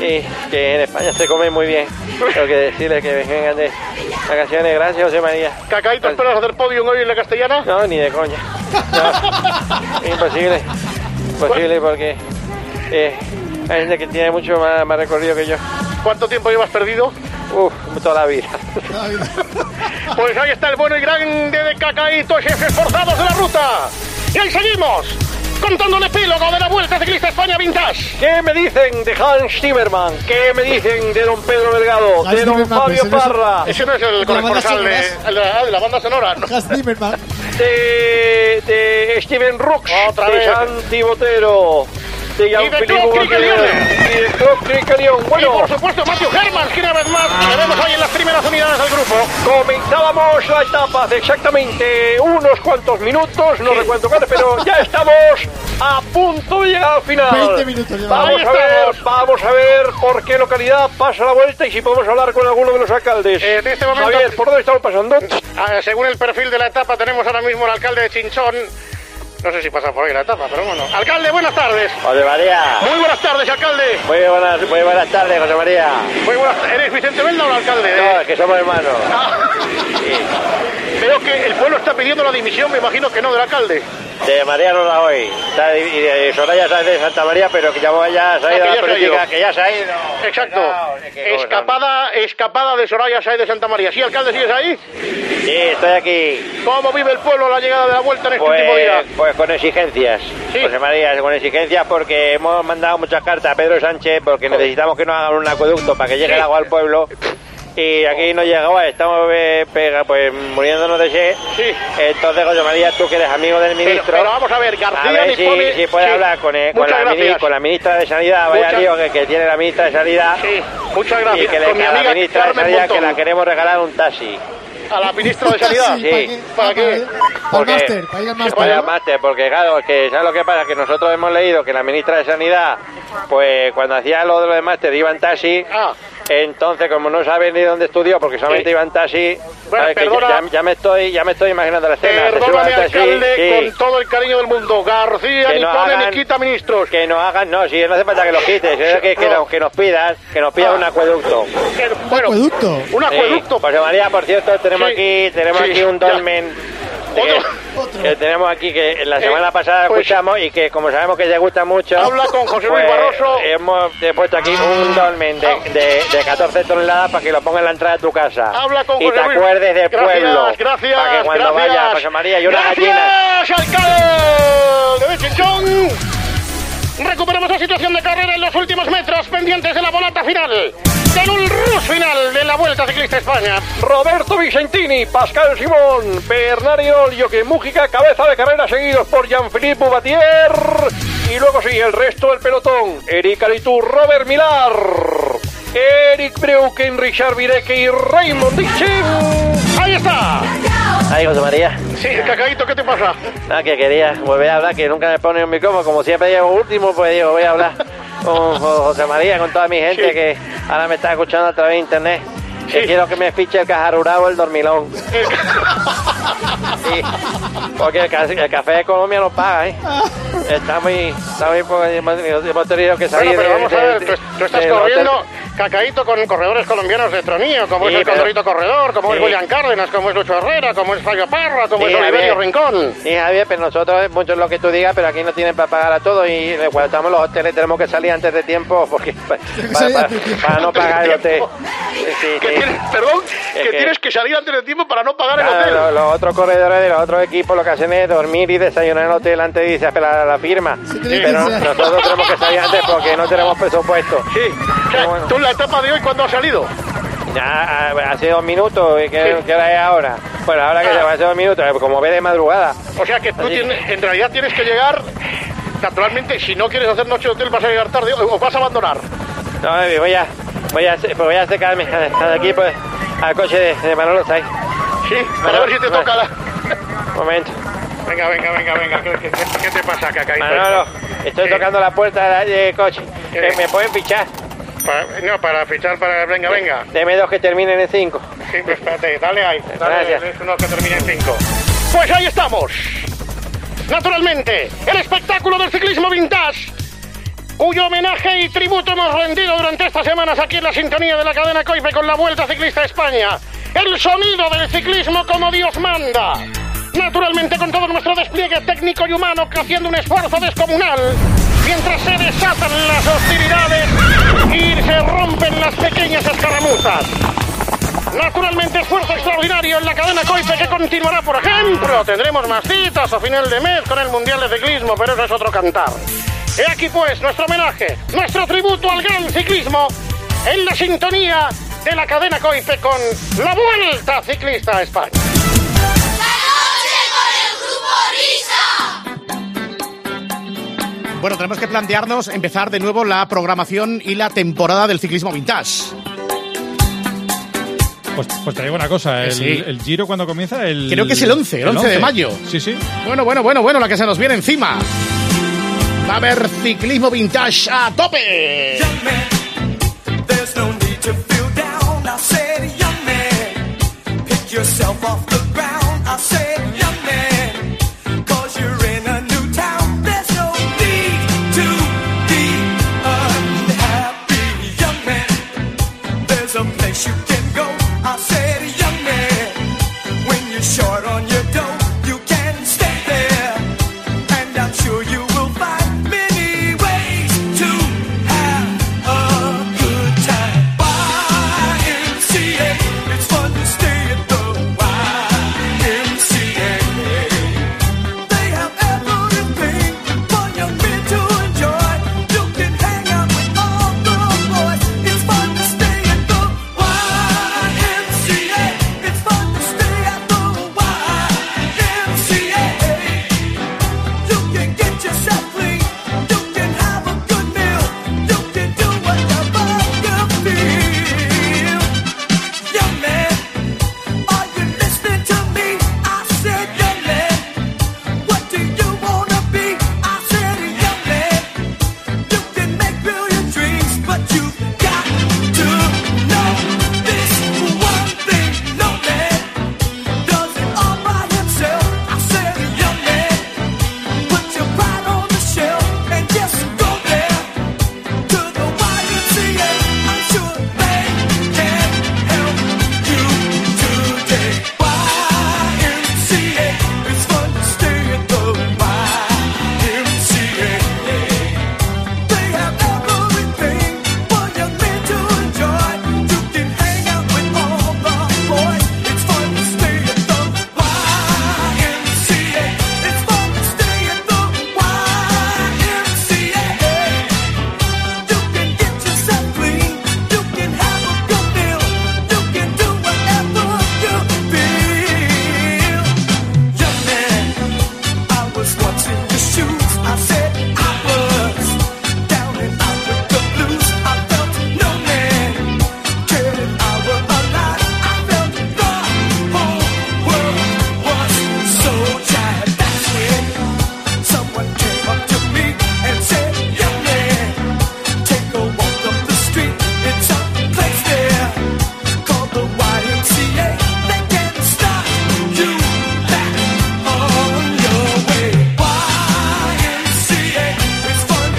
S14: y que en España se come muy bien tengo que decirles que vengan de vacaciones gracias José María
S4: Cacaíto, ¿esperas hacer podium hoy en la castellana?
S14: no ni de coña No, imposible imposible porque eh, hay gente que tiene mucho más, más recorrido que yo
S4: ¿Cuánto tiempo llevas perdido?
S14: Uf, toda la vida
S4: Pues ahí está el bueno y grande de Cacaíto, jefes esforzados de la ruta. Y ahí seguimos, contando el epílogo de la Vuelta Ciclista España Vintage.
S13: ¿Qué me dicen de Hans Zimmerman? ¿Qué me dicen de don Pedro Delgado?
S15: Hans
S13: ¿De don
S15: Zimmerman,
S13: Fabio
S15: pues, eres-
S13: Parra?
S4: Ese no es
S15: La
S4: el
S15: banda
S4: corresponsal de,
S15: sonora.
S4: el de la, ah, de la banda sonora, ¿no?
S15: Hans Zimmerman.
S13: ¿De, de Steven Rooks?
S4: Otra
S13: ¿De
S4: vez.
S13: Santi Botero? ¿De Jean-Philippe
S4: Claude
S13: Gauthier?
S4: Criquelione.
S13: ¿Y de Claude Criquelione?
S4: Y
S13: Bueno,
S4: por supuesto, Matthew Herman, que una vez más le vemos hoy en las primeras unidades del grupo.
S13: comenzábamos la etapa hace exactamente unos cuantos minutos, no recuerdo cuántos, pero ya estamos a punto de llegar al final.
S15: 20 minutos llevamos.
S13: Vamos
S4: Ahí
S13: a ver,
S4: estamos.
S13: vamos a ver por qué localidad pasa la vuelta y si podemos hablar con alguno de los alcaldes.
S4: En este momento-
S13: Javier, ¿por dónde estamos pasando?
S4: Ah, según el perfil de la etapa, tenemos ahora mismo al alcalde de Chinchón, No sé si pasa por ahí la etapa, pero bueno. Alcalde, buenas tardes.
S5: José María.
S4: Muy buenas tardes, alcalde.
S5: Muy buenas, muy buenas tardes, José María.
S4: Muy buenas. ¿Eres Vicente Belda o el alcalde?
S5: No, que somos hermanos.
S4: Veo que el pueblo está pidiendo la dimisión, me imagino que no, del alcalde.
S5: De María no la oí. Está de- y de Soraya Sáenz de Santa María, pero que ya, ya se ha ido
S4: Ah, que
S5: a la
S4: ya se ha
S5: política,
S4: ido.
S5: que ya se ha ido.
S4: Exacto.
S5: qué cosa.
S4: escapada, escapada de Soraya Sáez de Santa María. ¿Sí, alcalde, sigues ahí?
S5: Sí, estoy aquí.
S4: ¿Cómo vive el pueblo la llegada de la vuelta en este último día?
S5: Pues, pues con exigencias, José María, con exigencias porque hemos mandado muchas cartas a Pedro Sánchez porque necesitamos que nos hagan un acueducto para que llegue el agua al pueblo y aquí no llegaba, estamos eh, pega- pues muriéndonos de sed. Entonces, José María, tú que eres amigo del ministro,
S4: pero vamos a ver, García
S5: a ver si,
S4: dispone-
S5: si puede
S4: sí.
S5: hablar con, eh, con,
S4: Muchas
S5: la mini-
S4: gracias.
S5: con la ministra de Sanidad, vaya
S4: Muchas-
S5: lío que, que tiene la ministra de Sanidad.
S4: muchas
S5: Y
S4: gracias.
S5: que le,
S4: Con mi
S5: a la
S4: amiga
S5: ministra
S4: Carmen
S5: de Sanidad que
S4: Montón.
S5: la queremos regalar un taxi.
S4: A la ministra de Sanidad.
S5: Sí.
S4: ¿Para qué?
S5: Porque-
S3: máster, para ir al
S5: Sí,
S3: máster,
S5: para ir
S3: ¿no?
S5: al máster, porque claro, es que ¿sabes lo que pasa? Que nosotros hemos leído que la ministra de Sanidad, pues cuando hacía lo de los máster iba en taxi, entonces como no sabe ni dónde estudió, porque solamente
S4: Ah. Sí.
S5: iba en taxi,
S4: Bueno,
S5: ¿sabes? Que ya-
S4: perdona.
S5: ya, ya me estoy, ya me estoy imaginando la escena. se sube al
S4: Perdóname,
S5: taxi,
S4: alcalde,
S5: sí.
S4: con todo el cariño del mundo. García
S5: Que
S4: ni
S5: no
S4: pone
S5: hagan-
S4: ni quita ministros.
S5: Que no hagan, no, si no hace falta que los quites, es que, que,
S4: No.
S5: nos, que nos pidas, que nos pidas un acueducto.
S4: bueno,
S3: acueducto.
S4: Un acueducto.
S5: Sí. José María, por cierto, tenemos
S4: Sí.
S5: aquí, tenemos
S4: Sí,
S5: aquí un
S4: ya.
S5: dolmen. Que, que tenemos aquí que la semana pasada
S4: pues-
S5: escuchamos y que como sabemos que te gusta mucho pues
S4: Habla con José Luis Barroso. Ah.
S5: hemos te he puesto aquí un dolmen de, de- de 14 toneladas para que lo ponga en la entrada de tu casa
S4: Habla con
S5: y
S4: José
S5: te
S4: Luis.
S5: acuerdes del
S4: Gracias,
S5: pueblo
S4: gracias,
S5: para que cuando
S4: gracias.
S5: vaya José María y una
S4: ¡Gracias,
S5: gallina
S4: alcalde! ¡De Chinchón! Recuperamos la situación de carrera en los últimos metros, pendientes de la volata final. Del Ulrus final de la Vuelta Ciclista España.
S13: Roberto Vicentini, Pascal Simón, Bernardi Olio, que Mújica, cabeza de carrera, seguidos por Jean-Philippe Batier. Y luego sí, el resto del pelotón. Eric Aritu, Robert Milar, Eric Breuken, Richard Vireque y Raymond Dixon.
S4: ¡Ahí está!
S5: Ay, José María.
S4: Sí, cacaíto, ¿qué te pasa?
S5: Ah, que quería volver a hablar, que nunca me pone un micrófono. Como siempre llego último, pues digo, voy a hablar con Jo- José María, con toda mi gente que ahora me está escuchando a través de internet. Que quiero que me fiche el cajarurado el dormilón. Sí, porque el, ca- el café de Colombia no paga, ¿eh?
S4: Ah.
S5: Está muy... Está muy po- hemos tenido que
S4: Bueno,
S5: salir
S4: pero
S5: de-
S4: vamos a
S5: de-
S4: ver,
S5: de-
S4: tú, tú estás
S5: del hotel.
S4: corriendo cacaíto con corredores colombianos de tronío, como
S5: Sí,
S4: es el
S5: pero-
S4: Condorito Corredor, como es
S5: Sí.
S4: William Cárdenas, como es Lucho Herrera, como es Fabio Parra, como
S5: Sí,
S4: es Oliverio
S5: Javier.
S4: Rincón.
S5: Sí, Javier, pero nosotros, mucho es lo que tú digas, pero aquí no tienen para pagar a todos y eh, cuando estamos en los hoteles tenemos que salir antes de tiempo porque pa- pa-
S4: salir
S5: pa-
S4: antes de tiempo.
S5: para no pagar el hotel.
S4: Que tienes- perdón, que, tienes que salir antes de tiempo para no pagar el hotel.
S5: los, los otros corredores de los otros equipos lo que hacen es dormir y desayunar en el hotel antes de irse a la, la firma.
S4: tiene
S5: Pero
S4: que ser.
S5: nosotros tenemos que salir antes porque no tenemos presupuesto.
S4: O sea, ¿Tú en la etapa de hoy cuándo has salido?
S5: Ya ha- hace dos minutos, ¿y ¿qué,
S4: Sí. Ah.
S5: qué hora es ahora? Bueno, ahora que se va hace dos minutos, eh, como ve de madrugada.
S4: O sea que tú
S5: Así que-
S4: tienes- en realidad tienes que llegar, naturalmente, si no quieres hacer noche de hotel vas a llegar tarde o o vas a abandonar.
S5: No, baby, voy a, voy a, pues voy a acercarme a- a- aquí pues, al coche de, de Manolo Saiz.
S4: Sí, para ver si te toca la...
S5: Momento.
S4: Venga, venga, venga, venga. ¿Qué, qué- qué te pasa, Cacaíto?
S5: Manolo, estoy
S4: Eh,
S5: tocando la puerta del coche. Eh, ¿Me pueden fichar?
S4: Pa- no, para fichar, para... Venga, venga.
S5: Deme dos que terminen en cinco.
S4: Sí, pues espérate, dale ahí. Dale,
S5: Gracias.
S4: uno que termine en cinco. Pues ahí estamos. Naturalmente, el espectáculo del ciclismo vintage, cuyo homenaje y tributo hemos rendido durante estas semanas aquí en la sintonía de la cadena Coipe con la Vuelta Ciclista a España. El sonido del ciclismo como Dios manda. Naturalmente con todo nuestro despliegue técnico y humano que haciendo un esfuerzo descomunal mientras se desatan las hostilidades y se rompen las pequeñas escaramuzas. Naturalmente, esfuerzo extraordinario en la cadena COIPE que continuará, por ejemplo. Tendremos más citas a final de mes con el Mundial de Ciclismo, pero eso es otro cantar. He aquí, pues, nuestro homenaje, nuestro tributo al gran ciclismo en la sintonía de la cadena COIPE con la Vuelta Ciclista a España.
S16: Bueno, tenemos que plantearnos empezar de nuevo la programación y la temporada del ciclismo vintage.
S8: Pues, pues te digo una cosa, el,
S16: Sí.
S8: el giro cuando comienza el...
S16: Creo que es el 11, el 11 de mayo.
S8: Sí, sí.
S16: Bueno, bueno, bueno, bueno, la que se nos viene encima. Va a haber ciclismo vintage a tope.
S17: There's no need to feel down. I said, young man, pick yourself off the ground. I said, young man, cause you're in a new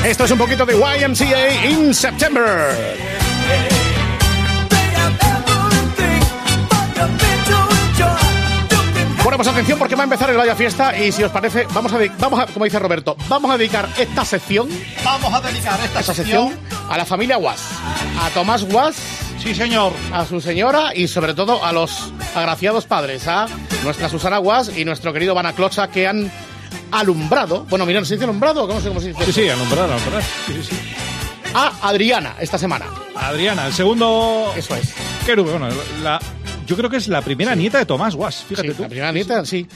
S3: Esto es un poquito de YMCA in September. Bueno, pues atención porque va a empezar el Vaya Fiesta y si os parece, vamos a, de- vamos a, como dice Roberto, vamos a dedicar esta sección,
S13: Vamos a dedicar esta,
S3: esta sección a la familia Guas, a Tomás Guas,
S13: sí señor,
S3: a su señora y sobre todo a los agraciados padres, a nuestra Susana Guas y nuestro querido Van Clocha que han alumbrado, bueno, miren, ¿se dice alumbrado? ¿Cómo se, cómo se dice?
S18: Sí, sí, a nombrar, a nombrar. Sí, sí, sí.
S3: A Adriana esta semana.
S18: Adriana, el segundo.
S3: Eso es.
S18: Querube, bueno, la- yo creo que es la primera nieta de Tomás Guas, fíjate
S3: Sí,
S18: tú.
S3: La primera nieta, sí.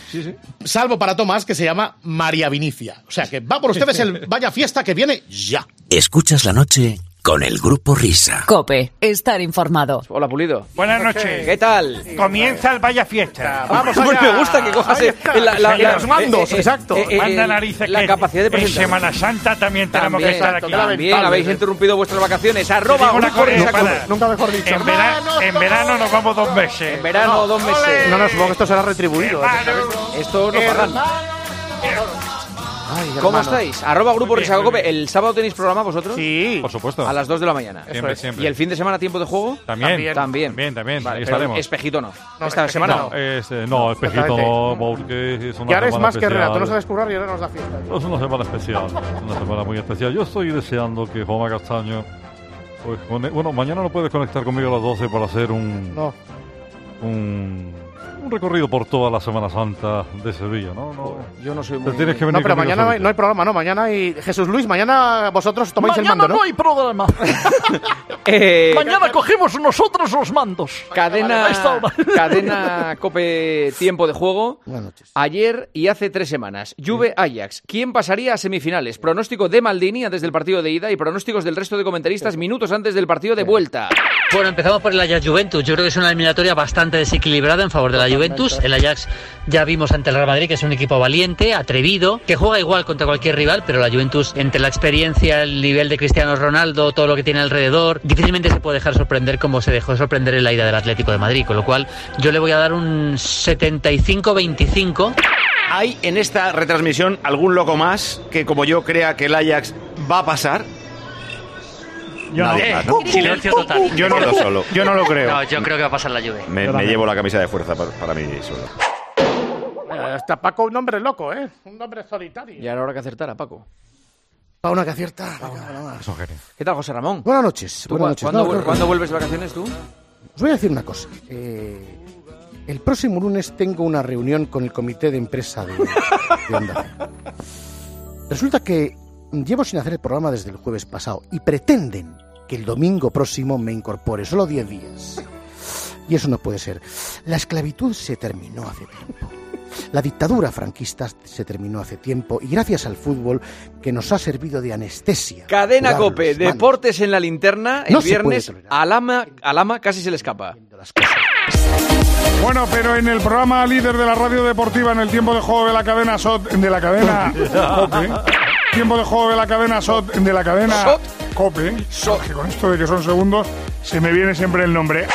S3: Salvo para Tomás, que se llama María Vinicia. O sea, que va por ustedes el vaya fiesta que viene ya.
S19: Escuchas la noche con el Grupo Risa.
S20: Cope, estar informado.
S21: Hola, Pulido.
S7: Buenas noches.
S21: ¿Qué tal?
S7: Comienza el Vaya Fiesta.
S21: Vamos allá. Me gusta que cojas
S7: Ahí
S21: el-
S7: está.
S21: la- la-
S7: Y
S21: la-
S7: los mandos,
S21: eh, eh,
S7: exacto.
S21: eh, eh,
S7: Manda narices. La capacidad
S21: de
S7: En
S21: presentar.
S7: Semana Santa también tenemos
S21: También,
S7: que estar aquí.
S21: también habéis interrumpido vuestras vacaciones. Arroba
S7: Digo una
S21: Grupo
S7: cosa,
S21: Risa
S7: para-
S21: Cope.
S7: Nunca mejor dicho. En, vera- en verano nos vamos dos meses. En
S21: verano dos meses.
S7: No, no,
S21: supongo que esto será retribuido.
S7: ¿eh?
S21: Esto no pagan. ¿Cómo hermano. estáis? Arroba Grupo Muy bien, Risa muy Cope. ¿El sábado tenéis programa vosotros?
S7: Sí.
S21: Por supuesto. A las 2 de la mañana.
S18: Siempre, Eso es. siempre.
S21: ¿Y el fin de semana tiempo de juego?
S18: También.
S21: También. También, también.
S18: ahí
S21: pero
S18: estaremos.
S21: Espejito no. Esta semana no.
S18: este, no, espejito,
S21: Exactamente.
S18: porque es una
S21: Y ahora es
S18: semana
S21: más que
S18: especial.
S21: relato, no sabes
S3: currar y ahora nos da fiesta.
S18: Es una semana especial, es una semana muy especial. Yo estoy deseando que Juanma Castaño. pues, con- bueno, mañana no puedes conectar conmigo a las 12 para hacer un.
S3: No.
S18: Un, un recorrido por toda la Semana Santa de Sevilla, ¿no? no
S21: yo no soy
S18: Te tienes que
S3: no,
S18: venir
S3: pero
S18: conmigo
S3: mañana no
S18: solito.
S3: hay, no hay programa, no. Mañana y Jesús Luis, mañana vosotros tomáis el mando, ¿no?
S7: hay programa. Mañana cogemos nosotros los mandos.
S21: Eh, Cadena,
S7: A esta hora.
S21: cadena Cope Tiempo de Juego. Ayer y hace tres semanas. Juve Ajax. ¿Quién pasaría a semifinales? Pronóstico de Maldini antes del partido de ida y pronósticos del resto de comentaristas minutos antes del partido de vuelta.
S2: Bueno, empezamos por el Ajax Juventus. Yo creo que es una eliminatoria bastante desequilibrada en favor de la Juventus. El Ajax ya vimos ante el Real Madrid que es un equipo valiente, atrevido, que juega igual contra cualquier rival, pero la Juventus, entre la experiencia, el nivel de Cristiano Ronaldo, todo lo que tiene alrededor, difícilmente se puede dejar sorprender como se dejó sorprender en la ida del Atlético de Madrid. Con lo cual, yo le voy a dar un 75-25.
S22: ¿Hay en esta retransmisión algún loco más que, como yo, crea que el Ajax va a pasar?
S7: Yo
S22: Nadie más, ¿no?
S2: Silencio total.
S22: Yo no lo solo. Yo no lo creo.
S2: No, yo creo que va a pasar la Juve.
S1: Me, me llevo la camisa de fuerza para, para mí solo.
S3: Hasta Eh, Paco, un hombre loco, ¿eh? Un hombre solitario.
S21: Y ahora habrá que acertar a Paco.
S3: Para una que acierta.
S21: ¿Qué tal, José Ramón?
S14: Buenas noches.
S21: ¿Tú
S14: Buenas noches.
S21: cua- ¿cuándo,
S14: No,
S21: vuel-
S14: no, no.
S21: cuándo vuelves de vacaciones tú?
S14: Os voy a decir una cosa. Eh, el próximo lunes tengo una reunión con el comité de empresa de, de Onda Cero. Resulta que llevo sin hacer el programa desde el jueves pasado y pretenden que el domingo próximo me incorpore. Solo 10 días. Y eso no puede ser. La esclavitud se terminó hace tiempo. La dictadura franquista se terminó hace tiempo y gracias al fútbol que nos ha servido de anestesia.
S21: Cadena
S14: Cuidarnos,
S21: Cope,
S14: manos.
S21: deportes en la linterna. El
S14: No se puede
S21: viernes, Alama, Alama casi se le escapa.
S23: Bueno, pero en el programa líder de la radio deportiva en el tiempo de juego de la cadena SOT, de la cadena COPE, tiempo de juego de la cadena SOT, de la cadena COPE, que con esto de que son segundos, se me viene siempre el nombre.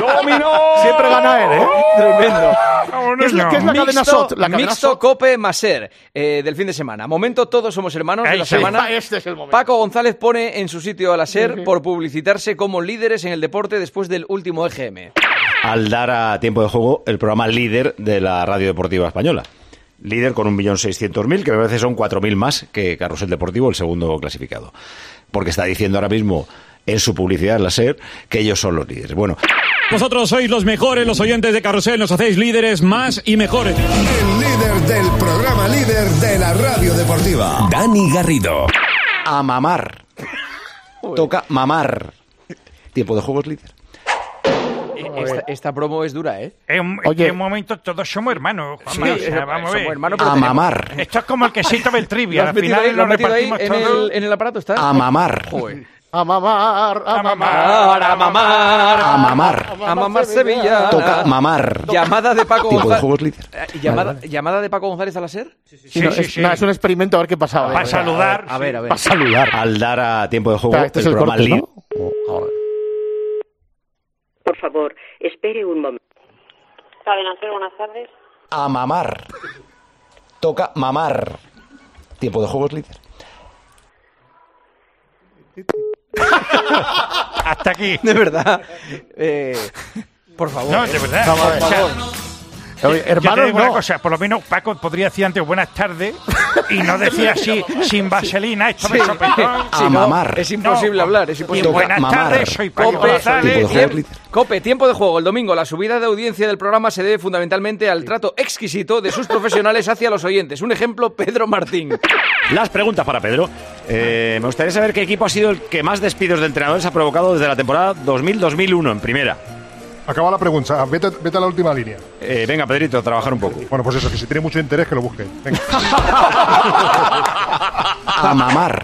S21: ¡Dominó! Siempre gana él, ¿eh? Tremendo.
S14: Es la- que es la cadena SOT, la cadena
S21: mixto
S14: SOT.
S21: Cope Maser eh, del fin de semana. Momento, todos somos hermanos de la
S14: sí.
S21: semana.
S14: Pa- este es el momento.
S21: Paco González pone en su sitio a la SER
S14: Ujú.
S21: por publicitarse como líderes en el deporte después del último E EGM.
S1: Al dar a tiempo de juego el programa líder de la radio deportiva española. Líder con 1.600.000, que me parece son 4.000 más que Carrusel Deportivo, el segundo clasificado. Porque está diciendo ahora mismo en su publicidad, en la SER, que ellos son los líderes. Bueno,
S17: Vosotros sois los mejores, los oyentes de Carrusel, nos hacéis líderes más y mejores.
S24: El líder del programa líder de la radio deportiva.
S17: Dani Garrido.
S1: a mamar. Toca mamar. Tiempo de juegos líder.
S21: eh, Esta, esta promo es dura, ¿eh?
S7: En,
S21: Oye.
S7: en un momento todos somos hermanos. Juanma,
S21: Sí,
S7: o sea,
S21: eso-
S7: vamos a
S21: somos
S7: ver.
S21: hermanos, pero A tenemos- mamar.
S7: Esto es como el quesito del
S21: Lo
S7: trivia.
S21: has
S7: Al
S21: metido
S7: final
S21: ahí- lo
S7: lo
S21: has metido ahí
S7: repartimos
S21: en
S7: todo.
S21: el, en el aparato. ¿está?
S1: A mamar.
S21: Joder.
S3: A mamar, a,
S21: mamar, a mamar.
S1: A mamar.
S21: A mamar Sevilla.
S1: Toca mamar.
S21: Llamada de
S1: Tiempo
S21: Paco
S1: de
S21: González.
S1: juegos líder.
S21: Eh, Llamada, ¿Llamada de Paco González a la SER?
S3: Sí, no, es, no, es un experimento a ver qué pasaba.
S21: Para saludar, A ver, a ver.
S3: Para saludar.
S1: Al dar a tiempo de juego
S3: Espera, este
S1: el
S3: es el
S1: programa
S3: corte,
S1: líder.
S16: Por favor, espere un momento.
S25: Cadena Ser, buenas tardes.
S1: A mamar. Toca mamar. Tiempo de juegos líder.
S21: Hasta aquí. De verdad. Eh, por favor.
S7: No, de
S21: eh.
S7: verdad.
S21: Por
S7: O sea,
S21: favor.
S7: yo- yo te
S21: hermano,
S7: digo una
S21: no.
S7: cosa, por lo menos Paco podría decir antes buenas tardes y no decir así sin vaselina, esto me
S21: Sí.
S7: sorprendió.
S21: Sí, no, Es imposible hablar, es imposible.
S7: Y buenas tardes, soy Paco
S21: Cope,
S7: González.
S21: tiemp- Cope, tiempo de juego. El domingo, la subida de audiencia del programa se debe fundamentalmente al trato exquisito de sus profesionales hacia los oyentes. Un ejemplo, Pedro Martín.
S1: Las preguntas para Pedro. Eh, me gustaría saber qué equipo ha sido el que más despidos de entrenadores ha provocado desde la temporada 2000-2001 en primera.
S23: Acaba la pregunta, vete, vete a la última línea.
S1: Eh, venga, Pedrito, a trabajar un poco.
S23: Bueno, pues eso, que si tiene mucho interés que lo busque. Venga.
S1: A mamar.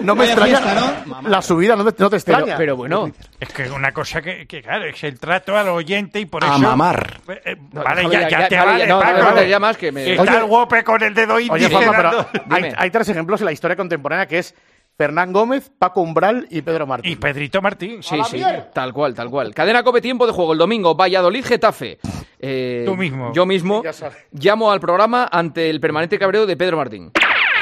S3: No me
S1: Vaya
S3: extraña.
S1: fiesta,
S3: La subida no te, no te extraña.
S7: Es que es una cosa que, que, claro, es el trato al oyente y por
S1: A
S7: eso.
S1: mamar.
S7: Eh, eh,
S1: No,
S7: vale,
S1: déjame
S7: ya,
S1: ya,
S7: ya
S1: ya,
S7: te
S1: vale,
S7: vale,
S1: ya, no, no
S7: Paco.
S1: me vale ya más que me-
S7: Que Está
S1: Oye-
S7: el guope con el dedo índice.
S23: Oye, Juanma, pero
S7: dando-
S23: hay, hay tres ejemplos en la historia contemporánea que es Fernán Gómez, Paco Umbral y Pedro Martín.
S7: Y Pedrito Martín.
S21: Sí, sí, tal cual, tal cual. Cadena Cope, tiempo de juego. El domingo, Valladolid, Getafe. Eh,
S7: Tú mismo.
S21: Yo mismo. Llamo al programa ante el permanente cabreo de Pedro Martín.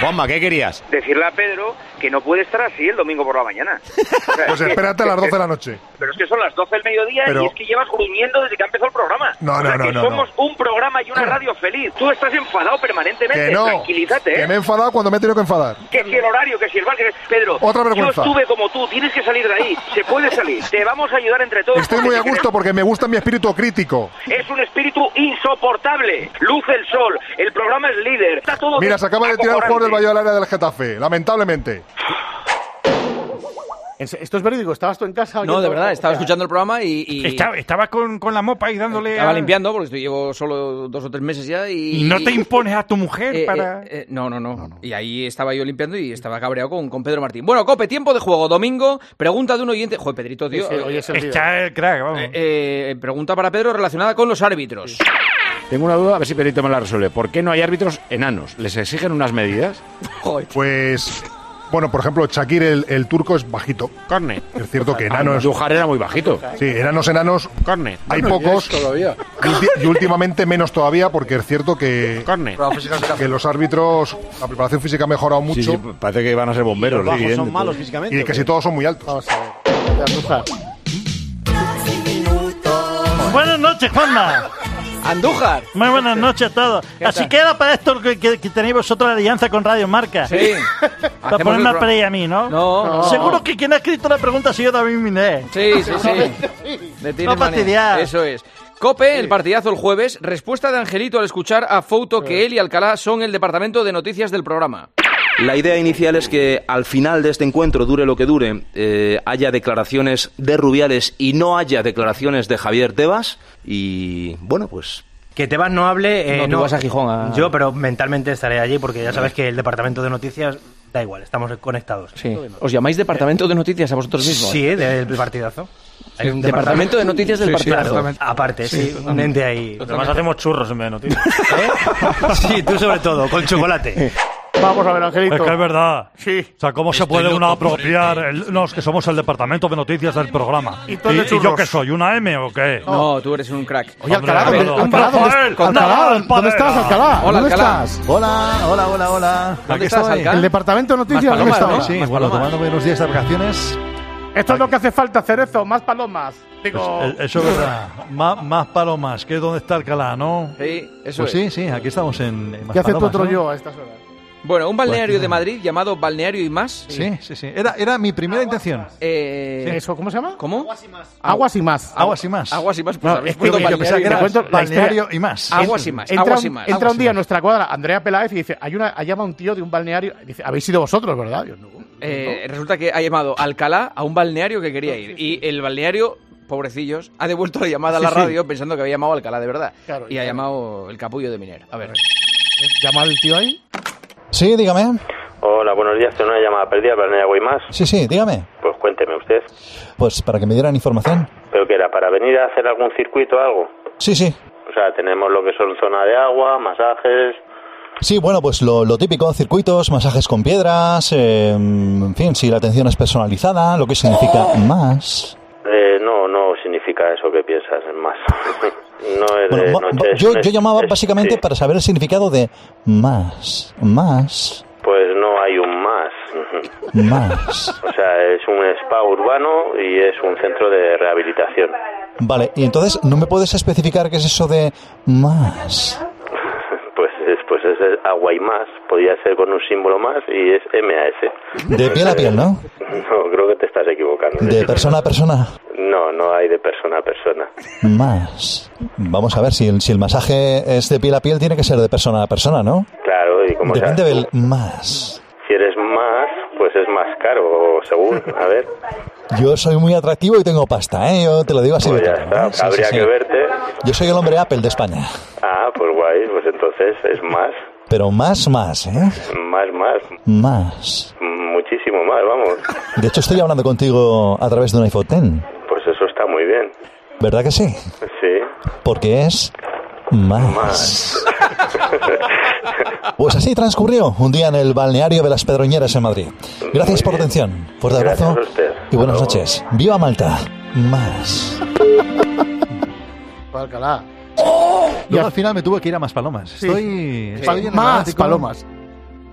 S1: Juanma, ¿qué querías?
S26: Decirle a Pedro que no puede estar así el domingo por la mañana. O sea,
S23: Pues
S26: es que-
S23: espérate a las 12 de la noche.
S26: Pero es que son las 12 del mediodía
S23: Pero-
S26: y es que llevas gruñendo desde que empezó el programa.
S23: No,
S26: O
S23: no,
S26: sea,
S23: no,
S26: que
S23: no,
S26: Somos un programa y una radio feliz. Tú estás enfadado permanentemente.
S23: Que no.
S26: Tranquilízate.
S23: Que
S26: ¿eh?
S23: me he enfadado cuando me he tenido que enfadar.
S26: Que si el horario, que si el bar, que- Pedro,
S23: Otra vergüenza.
S26: yo estuve como tú, tienes que salir de ahí, se puede salir, te vamos a ayudar entre todos.
S23: Estoy
S26: porque
S23: muy a
S26: te queremos.
S23: gusto porque me gusta mi espíritu crítico.
S26: Es un espíritu insoportable, luce el sol, el programa es líder, está todo...
S23: Mira, se acaba de tirar el jugador del Valladolid al área del Getafe, lamentablemente.
S3: Esto es verídico, estabas tú en casa.
S21: No, de verdad, estaba escuchando el programa y. y-
S7: Estaba, estaba con, con la mopa ahí dándole.
S21: estaba
S7: a-
S21: limpiando, porque estoy- llevo solo dos o tres meses ya. Y,
S7: Y no te impones a tu mujer
S21: Eh,
S7: para.
S21: eh, eh, no, no, no, Y ahí estaba yo limpiando y estaba cabreado con, con Pedro Martín. Bueno, Cope, tiempo de juego. Domingo, pregunta de un oyente. Joder, Pedrito, tío.
S23: Sí, sí, hoy es el
S7: Está el crack, vamos.
S21: Eh, eh, pregunta para Pedro relacionada con los árbitros.
S1: Tengo una duda, a ver si Pedrito me la resuelve. ¿Por qué no hay árbitros enanos? ¿Les exigen unas medidas?
S23: Pues, bueno, por ejemplo, Shakir, el, el turco, es bajito.
S1: Corne.
S23: Es cierto que enanos...
S1: Dujar era muy bajito.
S23: Sí, enanos, enanos...
S1: Corne.
S23: Hay pocos. Y, ulti- y últimamente menos todavía porque es cierto que...
S1: Corne.
S23: Que los árbitros, la preparación física ha mejorado mucho.
S1: Sí, sí, parece que van a ser bomberos.
S23: bajos
S1: evidente,
S23: son
S1: todo.
S23: malos físicamente, Y casi todos son muy altos. Vamos a ver.
S10: Buenas noches, Juanma.
S21: Andújar.
S10: Muy buenas noches a todos.
S21: ¿Qué
S10: Así
S21: tal?
S10: queda para esto que, que- que tenéis vosotros la alianza con Radio Marca.
S21: Sí.
S10: Para
S21: el
S10: ponerme a
S21: pro-
S10: pelear a mí, ¿no?
S21: No, no.
S10: Seguro que quien ha escrito la pregunta ha sido David Miné.
S21: Sí, sí, sí. Me tiene manía.
S10: fastidiar.
S21: Eso es. Cope, el partidazo el jueves. Respuesta de Angelito al escuchar a Fouto que él y Alcalá son el departamento de noticias del programa.
S27: La idea inicial es que al final de este encuentro, dure lo que dure, eh, haya declaraciones de Rubiales y no haya declaraciones de Javier Tebas. Y bueno, pues
S4: Que Tebas no hable. eh,
S27: No, tú vas a Gijón, a-
S4: Yo, pero mentalmente estaré allí porque ya sabes que el departamento de noticias da igual, estamos conectados.
S21: Sí. ¿Os llamáis departamento de noticias a vosotros mismos?
S4: Sí, del partidazo. Hay un
S21: Departamento de noticias del
S4: Sí, sí,
S21: partidazo.
S4: totalmente. Aparte, sí,
S21: Sí,
S4: un ente ahí.
S21: Además
S4: hacemos churros en vez de noticias. Sí, tú sobre todo, con chocolate.
S23: Vamos a ver, Angelito.
S4: Es que es
S7: verdad.
S4: Sí.
S7: O sea,
S4: ¿cómo
S7: se
S4: Estoy
S7: puede
S4: loco
S7: uno
S4: por
S7: apropiar? el- no, es que somos el departamento de noticias del programa.
S4: Y tú de churros.
S7: yo qué soy? ¿Una M o qué?
S21: No, tú eres un crack.
S7: Oye, Alcalá, ¿dónde- Alcalá,
S21: Hombre, Rafael,
S7: dónde-
S21: Rafael,
S23: Alcalá,
S21: Rafael,
S23: ¿dónde
S21: Padre.
S23: estás, Alcalá?
S21: Hola,
S23: ¿Dónde
S21: Alcalá.
S23: estás?
S28: Hola, hola, hola, hola.
S21: ¿Dónde estás, Alcalá?
S23: El departamento de noticias, ¿dónde estaba?
S28: Sí, bueno, tomándome unos días de vacaciones.
S23: Esto es lo que hace falta, cerezo, más palomas. Digo,
S28: Eh, Eso es verdad. Má- más palomas, que es donde está Alcalá, ¿no?
S21: Sí, eso
S28: Pues
S21: es.
S28: sí, sí, aquí estamos en, en más
S23: ¿qué hace tu
S28: palomas,
S23: otro
S28: ¿no?
S23: yo a estas horas?
S21: Bueno, un balneario
S4: Pues,
S21: de Madrid llamado Balneario y más.
S28: Sí, sí, sí. Era, era mi primera intención.
S21: Eh,
S23: ¿Eso cómo se llama?
S21: ¿Cómo?
S23: Aguas y más.
S28: Aguas y más.
S21: Aguas y más. pues
S28: No,
S21: habéis
S28: es que
S21: puesto
S28: yo pensaba
S21: balneario
S28: que
S21: y
S28: era
S21: más.
S28: cuento- balneario y más.
S21: Aguas y más.
S23: Entra,
S21: Aguas
S23: un-
S21: y más.
S23: entra
S21: Aguas
S23: un
S21: y
S23: día a
S21: más.
S23: nuestra cuadra, Andrea Peláez, y dice, hay una, ha llamado un tío de un balneario, y dice, habéis sido vosotros, ¿verdad? Yo, no.
S21: Eh, resulta que ha llamado Alcalá a un balneario que quería ir. Y el balneario, pobrecillos, ha devuelto la llamada a la
S23: Sí, sí.
S21: radio pensando que había llamado a Alcalá de verdad.
S23: Claro,
S21: y ha llamado el capullo de Miner. A ver.
S23: ¿Llama el tío ahí?
S28: Sí, dígame. Hola, buenos días. Tengo una llamada perdida, pero no hay algo y más. Sí, sí, dígame. Pues cuénteme usted. Pues para que me dieran información. ¿Pero qué era? ¿Para venir a hacer algún circuito o algo? Sí, sí. O sea, tenemos lo que son zona de agua, masajes. Sí, bueno, pues lo, lo típico, circuitos, masajes con piedras, eh, en fin, si la atención es personalizada, lo que significa más. Eh, no, no significa eso que piensas, es más. no es Bueno, Eh, de ma- noche. ma- es- yo, es- yo llamaba es- básicamente sí. para saber el significado de más, más. Pues no hay un más. Más.
S29: O sea, es un spa urbano y es un centro de rehabilitación.
S28: Vale, y entonces, ¿no me puedes especificar qué es eso de más?
S29: Pues es, pues es el agua y más, podría ser con un símbolo más y es MAS.
S28: De piel a piel, ¿no?
S29: No, creo que te estás equivocando.
S28: De persona a persona.
S29: No, no hay de persona a persona.
S28: Más. Vamos a ver, si el, si el masaje es de piel a piel, tiene que ser de persona a persona, ¿no?
S29: Claro, y como
S28: Depende
S29: sea,
S28: del más.
S29: si eres más, pues es más caro, o según, a ver.
S28: Yo soy muy atractivo y tengo pasta, ¿eh? Yo te lo digo así.
S29: Pues
S28: de
S29: ya
S28: claro,
S29: está,
S28: ¿eh? Sí,
S29: habría
S28: sí, sí.
S29: que verte.
S28: Yo soy el hombre Apple de España.
S29: Ah, pues guay, pues entonces es más,
S28: Pero más, más, ¿eh?
S29: más, más,
S28: Más.
S29: muchísimo más, vamos.
S28: De hecho, estoy hablando contigo a través de un iPhone X.
S29: Pues eso está muy bien.
S28: ¿Verdad que sí?
S29: Sí,
S28: Porque es más.
S29: más.
S28: Pues así transcurrió un día en el balneario de las Pedroñeras en Madrid. Gracias por la atención. Fuerte
S29: Gracias
S28: abrazo
S29: a usted.
S28: y buenas noches. ¡Viva Malta! Más.
S3: Alcalá.
S28: ¡Oh!
S10: Yo al final me tuve que ir a más palomas.
S3: Sí.
S10: Estoy,
S3: Sí.
S10: estoy en el
S3: Más
S10: Atlántico.
S3: palomas.
S10: Que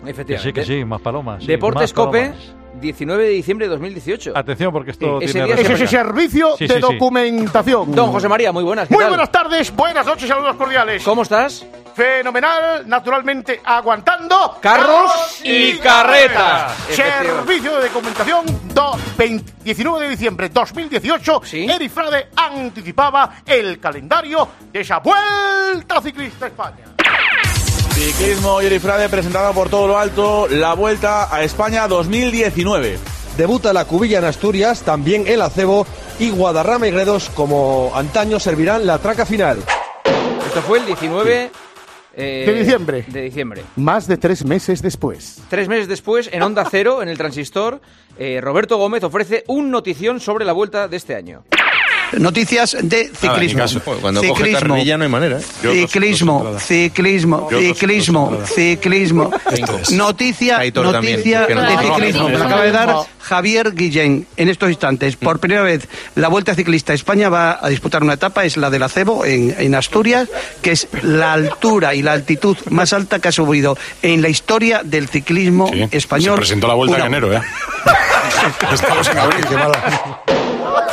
S10: sí,
S21: Efectivamente.
S10: que sí, más palomas. sí,
S21: Deportes
S10: más
S21: Cope,
S10: palomas.
S21: 19 de diciembre de 2018.
S10: Atención, porque esto
S21: Eh, Ese
S10: tiene
S21: día
S10: relación.
S21: se
S3: Ese servicio
S10: Sí,
S3: de
S10: sí, sí.
S3: documentación.
S21: Don José María, muy buenas. ¿qué
S3: Muy
S21: tal?
S3: buenas tardes, buenas noches, saludos cordiales.
S21: ¿Cómo estás?
S3: Fenomenal, naturalmente aguantando
S21: Carros y carretas.
S3: Servicio de documentación do- 20 19 de diciembre 2018. Eric Frade anticipaba el calendario de esa vuelta ciclista a España.
S30: Ciclismo y Frade presentado por todo lo alto, la vuelta a España 2019.
S4: Debuta la cubilla en Asturias, también el acebo y Guadarrama y Gredos como antaño servirán la traca final.
S21: Esto fue el 19 eh,
S3: De diciembre.
S21: De diciembre.
S3: Más de tres meses después.
S21: Tres meses después, en Onda Cero, en el Transistor, eh, Roberto Gómez ofrece un notición sobre la vuelta de este año.
S8: Noticias
S11: Ah,
S8: de ciclismo. ciclismo,
S11: ¿eh?
S8: ciclismo, ciclismo,
S11: Yo dos-
S8: ciclismo,
S11: dos
S8: ciclismo.
S11: Entradas.
S8: Noticia,
S11: Aitor
S8: noticia
S11: también, que
S8: de
S11: no- no,
S8: ciclismo.
S11: no, no,
S8: Me la
S11: no,
S8: acaba de
S11: no.
S8: dar Javier Guillén en estos instantes.
S11: Mm.
S8: Por primera vez, la Vuelta Ciclista a España va a disputar una etapa, es la del Acebo en, en Asturias, que es la altura y la altitud más alta que ha subido en la historia del ciclismo español.
S11: Se presentó la vuelta
S8: Una-
S11: en enero, ¿eh? Estamos en abril.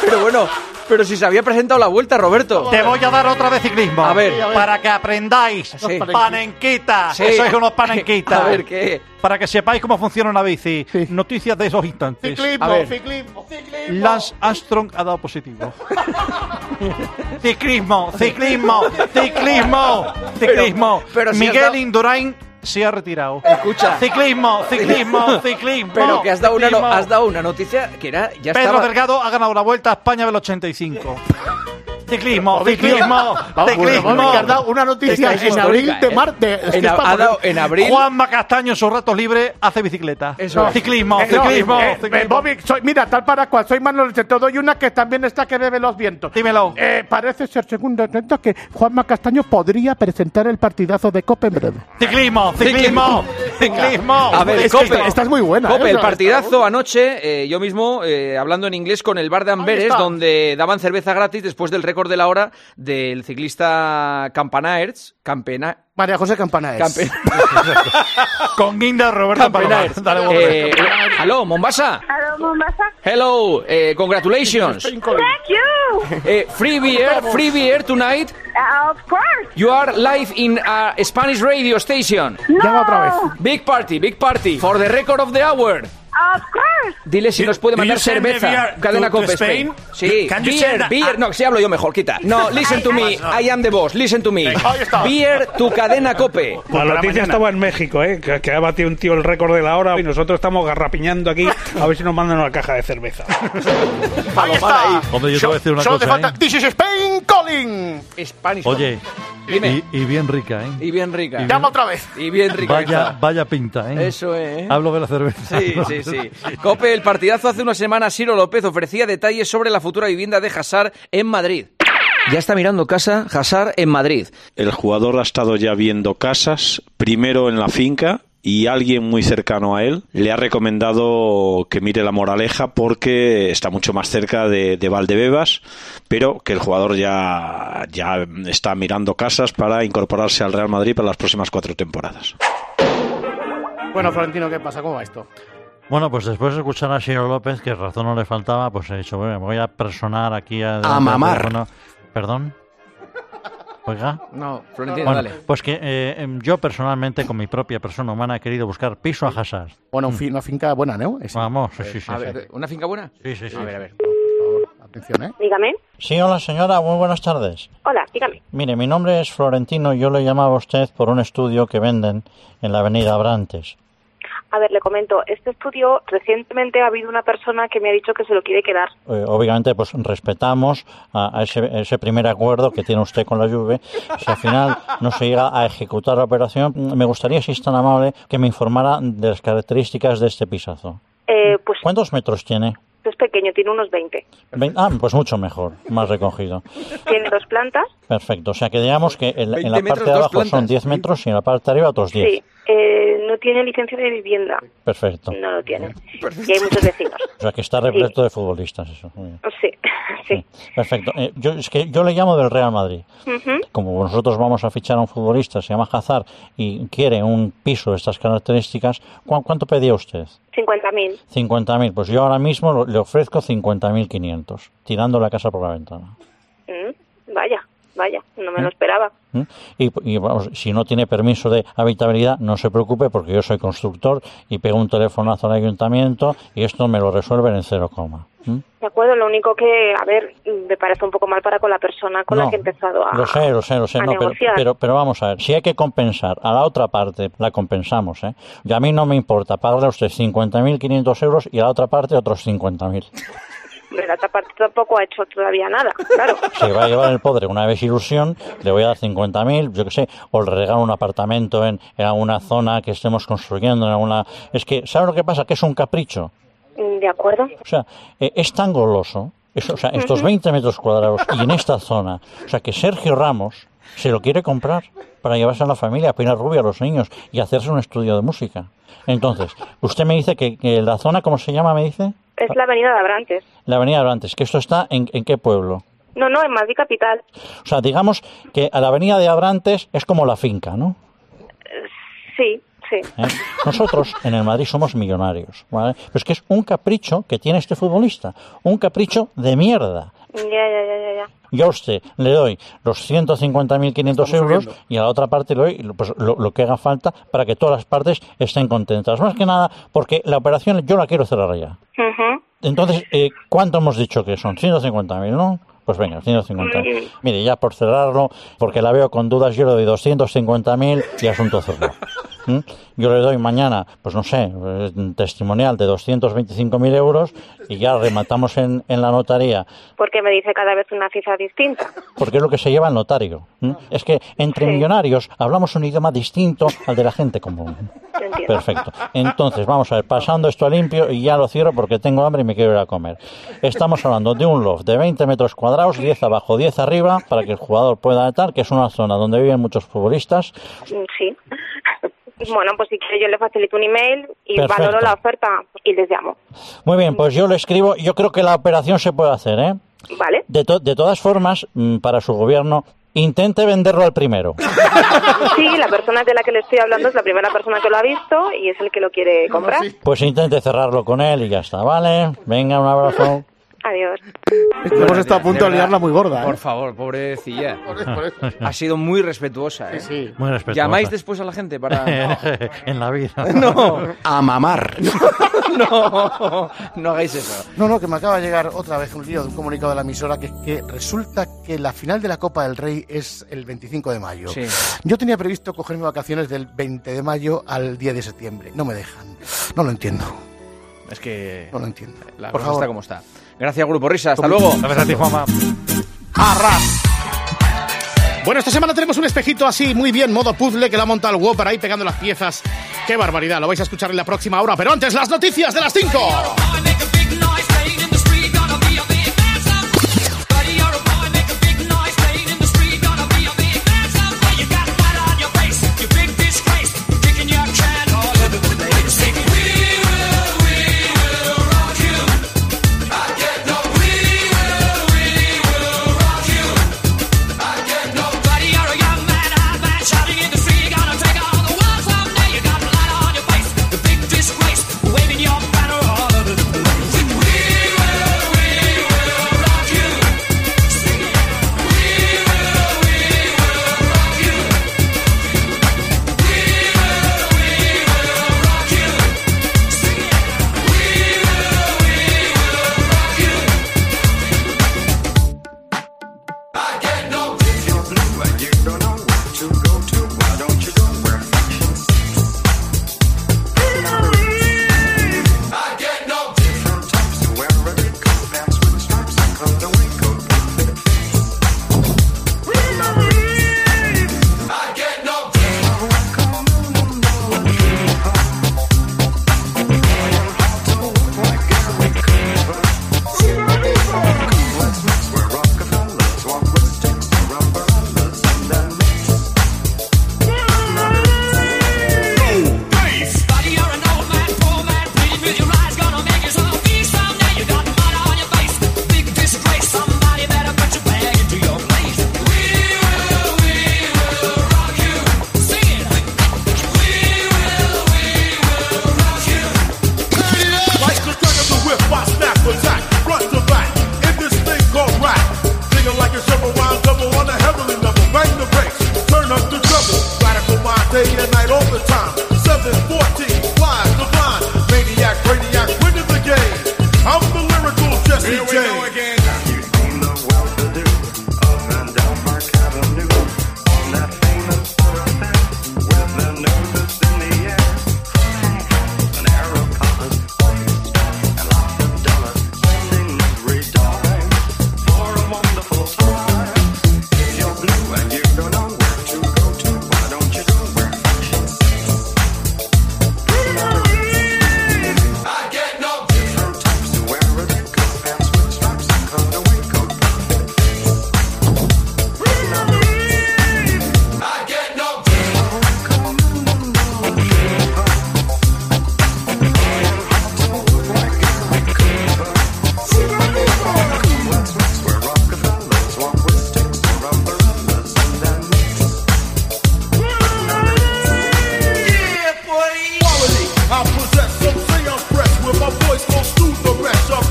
S21: Pero bueno, pero si se había presentado la vuelta, Roberto.
S10: Te voy a dar otra de ciclismo.
S21: Ah. A ver.
S10: Para que aprendáis.
S21: Sí.
S10: Panenquita.
S21: Sí.
S10: Eso es unos panenquitas.
S21: A ver, ¿qué?
S10: Para que sepáis cómo funciona una bici. Noticias de esos instantes.
S3: Ciclismo,
S10: A ver,
S3: ciclismo, ciclismo.
S10: Lance Armstrong ha dado positivo. ciclismo, ciclismo, ciclismo, ciclismo.
S21: Pero- pero si has
S10: Miguel
S21: dado-
S10: Indurain se ha retirado.
S21: Escucha.
S10: Ciclismo, ciclismo, ciclismo.
S21: Pero que has dado una, no-
S10: ciclismo.
S21: has dado una noticia que era. Ya
S10: Pedro
S21: estaba-
S10: Delgado ha ganado la Vuelta a España del 85. Ciclismo, ciclismo, ciclismo.
S3: Vamos, dado una noticia
S10: Estáis
S3: en abril
S10: histórica,
S3: de
S10: ¿eh?
S3: martes.
S10: En ab- ha dado en abril. Juanma Castaño en sus ratos libres hace bicicleta. Ciclismo,
S3: Eh, no,
S10: ciclismo,
S3: eh, eh,
S10: ciclismo.
S3: Bobby, soy- mira, tal para cual, soy Manuel te doy una que también está que bebe los vientos.
S10: Dímelo.
S3: Eh, parece ser, segundo intento, que Juanma Castaño podría presentar el partidazo de Copa en breve.
S10: Ciclismo, ciclismo, ciclismo.
S21: A ver,
S3: Es que
S21: Cope.
S3: esta- esta es muy buena,
S21: Cope,
S3: ¿eh?
S21: el
S3: O sea,
S21: partidazo anoche, eh, yo mismo, eh, hablando en inglés con el bar de Amberes,
S3: está.
S21: donde daban cerveza gratis después del récord de la hora del ciclista Campanaerts. Campena,
S3: María José Campanaes.
S21: Campe-
S10: Con Guinda Roberto
S21: Campanaerts.
S10: Dale,
S21: Eh, aló, Mombasa. Hello, eh, congratulations.
S5: Thank you.
S21: Eh, free beer, free beer tonight.
S5: Uh, of course.
S21: You are live in a Spanish radio station.
S5: Llama otra vez.
S21: Big party, big party. For the record of the hour.
S5: Of course.
S21: Dile si nos puede mandar cerveza. Cadena Cope Spain. Sí. Beer, beer. No, si hablo yo mejor, quita. No, listen to me. I am the boss. Listen to me. Beer, tu cadena Cope.
S17: La noticia estaba en México, ¿eh? que, que ha batido un tío el récord de la hora y nosotros estamos garrapiñando aquí a ver si nos mandan una caja de cerveza.
S3: Ahí está.
S18: Hombre, yo te voy a decir una
S3: Solo te
S18: cosa,
S3: falta.
S18: ¿eh?
S3: This is Spain calling.
S21: Spanish.
S18: Oye,
S21: Dime.
S18: Y, y bien rica, ¿eh?
S21: Y bien rica.
S18: Y Llama bien-
S3: otra vez.
S21: Y bien rica.
S18: Vaya, vaya pinta, ¿eh?
S21: Eso es.
S18: Hablo de la cerveza.
S21: Sí, sí, sí. Cope, el partidazo hace una semana, Ciro López ofrecía detalles sobre la futura vivienda de Hazard en Madrid. Ya está mirando casa Hazard en Madrid.
S31: El jugador ha estado ya viendo casas, primero en la finca y alguien muy cercano a él le ha recomendado que mire la moraleja porque está mucho más cerca de, de Valdebebas, pero que el jugador ya, ya está mirando casas para incorporarse al Real Madrid para las próximas cuatro temporadas.
S3: Bueno, Florentino, ¿qué pasa? ¿Cómo va esto?
S9: Bueno, pues después de escuchar a Shiro López, que razón no le faltaba, pues he dicho, bueno, me voy a personar aquí a...
S21: A mamar.
S9: Bueno, Perdón. Oiga.
S21: No, Florentino,
S9: Bueno,
S21: dale.
S9: pues que eh, em, yo personalmente, con mi propia persona humana, he querido buscar piso a Hassas.
S3: Bueno, un fi- una finca buena, ¿no? Ese.
S9: Vamos, sí, sí, sí.
S21: A
S9: sí.
S21: ver, ¿una finca buena?
S9: Sí, sí, sí.
S21: A ver, a ver.
S3: Atención, ¿eh?
S25: Dígame.
S16: Sí, hola señora, muy buenas tardes.
S25: Hola, dígame.
S16: Mire, mi nombre es Florentino y yo le llamaba a usted por un estudio que venden en la avenida Abrantes.
S25: A ver, le comento. Este estudio, recientemente ha habido una persona que me ha dicho que se lo quiere quedar.
S16: Eh, obviamente, pues respetamos a, a ese, a ese primer acuerdo que tiene usted con la Juve. Si al final no se llega a ejecutar la operación, me gustaría, si es tan amable, que me informara de las características de este pisazo.
S25: Eh, pues
S16: ¿Cuántos metros tiene?
S25: es pequeño, tiene unos 20.
S16: Vein- Ah, pues mucho mejor, más recogido.
S25: Tiene dos plantas.
S16: Perfecto, o sea que digamos que en, la- en
S25: 20
S16: la
S25: metros,
S16: parte de
S25: dos
S16: abajo son
S25: plantas.
S16: 10 metros y en la parte de arriba otros 10.
S25: Sí. Eh, no tiene licencia de vivienda.
S16: Perfecto.
S25: No lo tiene. Y hay muchos vecinos.
S16: O sea, que está repleto de futbolistas eso. Muy bien.
S25: Sí. sí.
S16: Perfecto. Eh, yo, es que yo le llamo del Real Madrid.
S25: Ujú.
S16: Como nosotros vamos a fichar a un futbolista, se llama Hazard, y quiere un piso de estas características, ¿cu- ¿cuánto pedía usted?
S25: 50.000.
S16: 50.000. Pues yo ahora mismo lo- le ofrezco 50.500, tirando la casa por la ventana.
S25: Mm, Vaya, vaya. No me lo esperaba.
S16: ¿Mm? Y, y, vamos, si no tiene permiso de habitabilidad, no se preocupe porque yo soy constructor y pego un telefonazo al ayuntamiento y esto me lo resuelven en cero coma. ¿Mm?
S25: De acuerdo, lo único que, a ver, me parece un poco mal para con la persona con
S16: No,
S25: la que he empezado a...
S16: Lo sé, lo sé, lo sé.
S25: a
S16: No, pero,
S25: negociar.
S16: pero, pero vamos a ver, si hay que compensar a la otra parte, la compensamos. ¿eh? Y a mí no me importa pagarle a usted 50.500 euros y a la otra parte otros 50.000.
S25: Pero la otra parte tampoco ha hecho todavía nada, claro.
S16: Se va a llevar el podre una vez ilusión, le voy a dar 50.000, yo qué sé, o le regalo un apartamento en, en alguna zona que estemos construyendo, en alguna... Es que, ¿sabes lo que pasa? Que es un capricho.
S25: Mm, ¿De acuerdo?
S16: O sea, eh, es tan goloso, es- o sea, estos 20 metros cuadrados y en esta zona, o sea, que Sergio Ramos se lo quiere comprar para llevarse a la familia, a Pilar Rubia, a los niños y hacerse un estudio de música. Entonces, usted me dice que, que la zona, ¿cómo se llama? Me dice
S25: Es la avenida de Abrantes.
S16: la Avenida Abrantes, que esto está en, en qué pueblo.
S25: No, no, en Madrid Capital.
S16: O sea, digamos que a la Avenida de Abrantes es como la finca, ¿no?
S25: Sí, sí.
S16: ¿eh? Nosotros en el Madrid somos millonarios, ¿vale? Pero es que es un capricho que tiene este futbolista, un capricho de mierda.
S25: Ya, ya, ya, ya, ya.
S16: Yo a usted le doy los 150.500 euros y a la otra parte le doy pues, lo, lo que haga falta para que todas las partes estén contentas. Más que nada porque la operación yo la quiero cerrar ya.
S25: Ujú.
S16: Entonces, eh, ¿cuánto hemos dicho que son? 150.000, ¿no? Pues venga, 150.000. Mire, ya por cerrarlo, porque la veo con dudas, yo le doy 250.000 y asunto cerrado. ¿Mm? Yo le doy mañana, pues no sé, eh, un testimonial de 225.000 euros y ya rematamos en, en la notaría.
S25: Porque me dice cada vez una cifra distinta.
S16: Porque es lo que se lleva el notario. ¿m? Es que entre millonarios hablamos un idioma distinto al de la gente común. Perfecto. Entonces, vamos a ver, pasando esto a limpio y ya lo cierro porque tengo hambre y me quiero ir a comer. Estamos hablando de un loft de 20 metros cuadrados, 10 abajo, 10 arriba, para que el jugador pueda atar, que es una zona donde viven muchos futbolistas.
S25: Mm, Sí. Bueno, pues si quiere yo le facilito un email y
S16: Perfecto.
S25: valoro la oferta y les llamo.
S16: Muy bien, pues yo lo escribo. Yo creo que la operación se puede hacer, ¿eh?
S25: ¿Vale?
S16: De, to- de todas formas, mm, para su gobierno, intente venderlo al primero.
S25: Sí, la persona de la que le estoy hablando es la primera persona que lo ha visto y es el que lo quiere comprar.
S16: Pues intente cerrarlo con él y ya está, ¿vale? Venga, un abrazo.
S25: Adiós.
S3: Hemos estado a punto de
S25: verdad.
S3: liarla muy gorda. ¿eh?
S21: Por favor, pobrecilla. Ha sido muy respetuosa, ¿eh?
S9: Muy respetuosa.
S21: ¿Llamáis después a la gente para...?
S9: en la vida.
S21: No.
S8: A mamar.
S21: No, no hagáis eso.
S3: No, no, que me acaba de llegar otra vez un lío de un comunicado de la emisora que es que resulta que la final de la Copa del Rey es el 25 de mayo.
S21: Sí.
S3: Yo tenía previsto cogerme vacaciones del 20 de mayo al 10 de septiembre. No me dejan. No lo entiendo.
S21: Es que...
S3: No lo entiendo.
S21: La
S3: Por
S21: cosa
S3: favor.
S21: está como está. Gracias, Grupo Risa. Hasta luego.
S3: Gracias a ti, Juanma. Bueno, esta semana tenemos un espejito así, muy bien, modo puzzle, que lo ha montado el WoW para ir pegando las piezas. ¡Qué barbaridad! Lo vais a escuchar en la próxima hora, pero antes, las noticias de las 5.
S14: Disgrace, waving your back.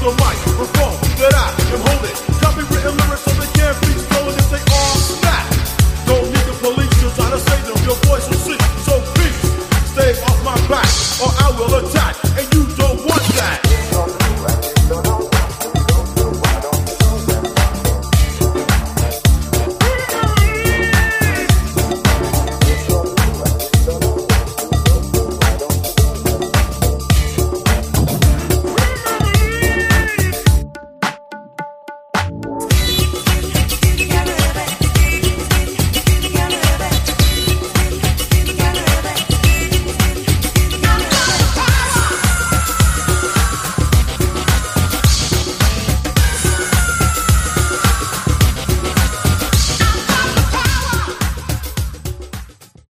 S32: your mic.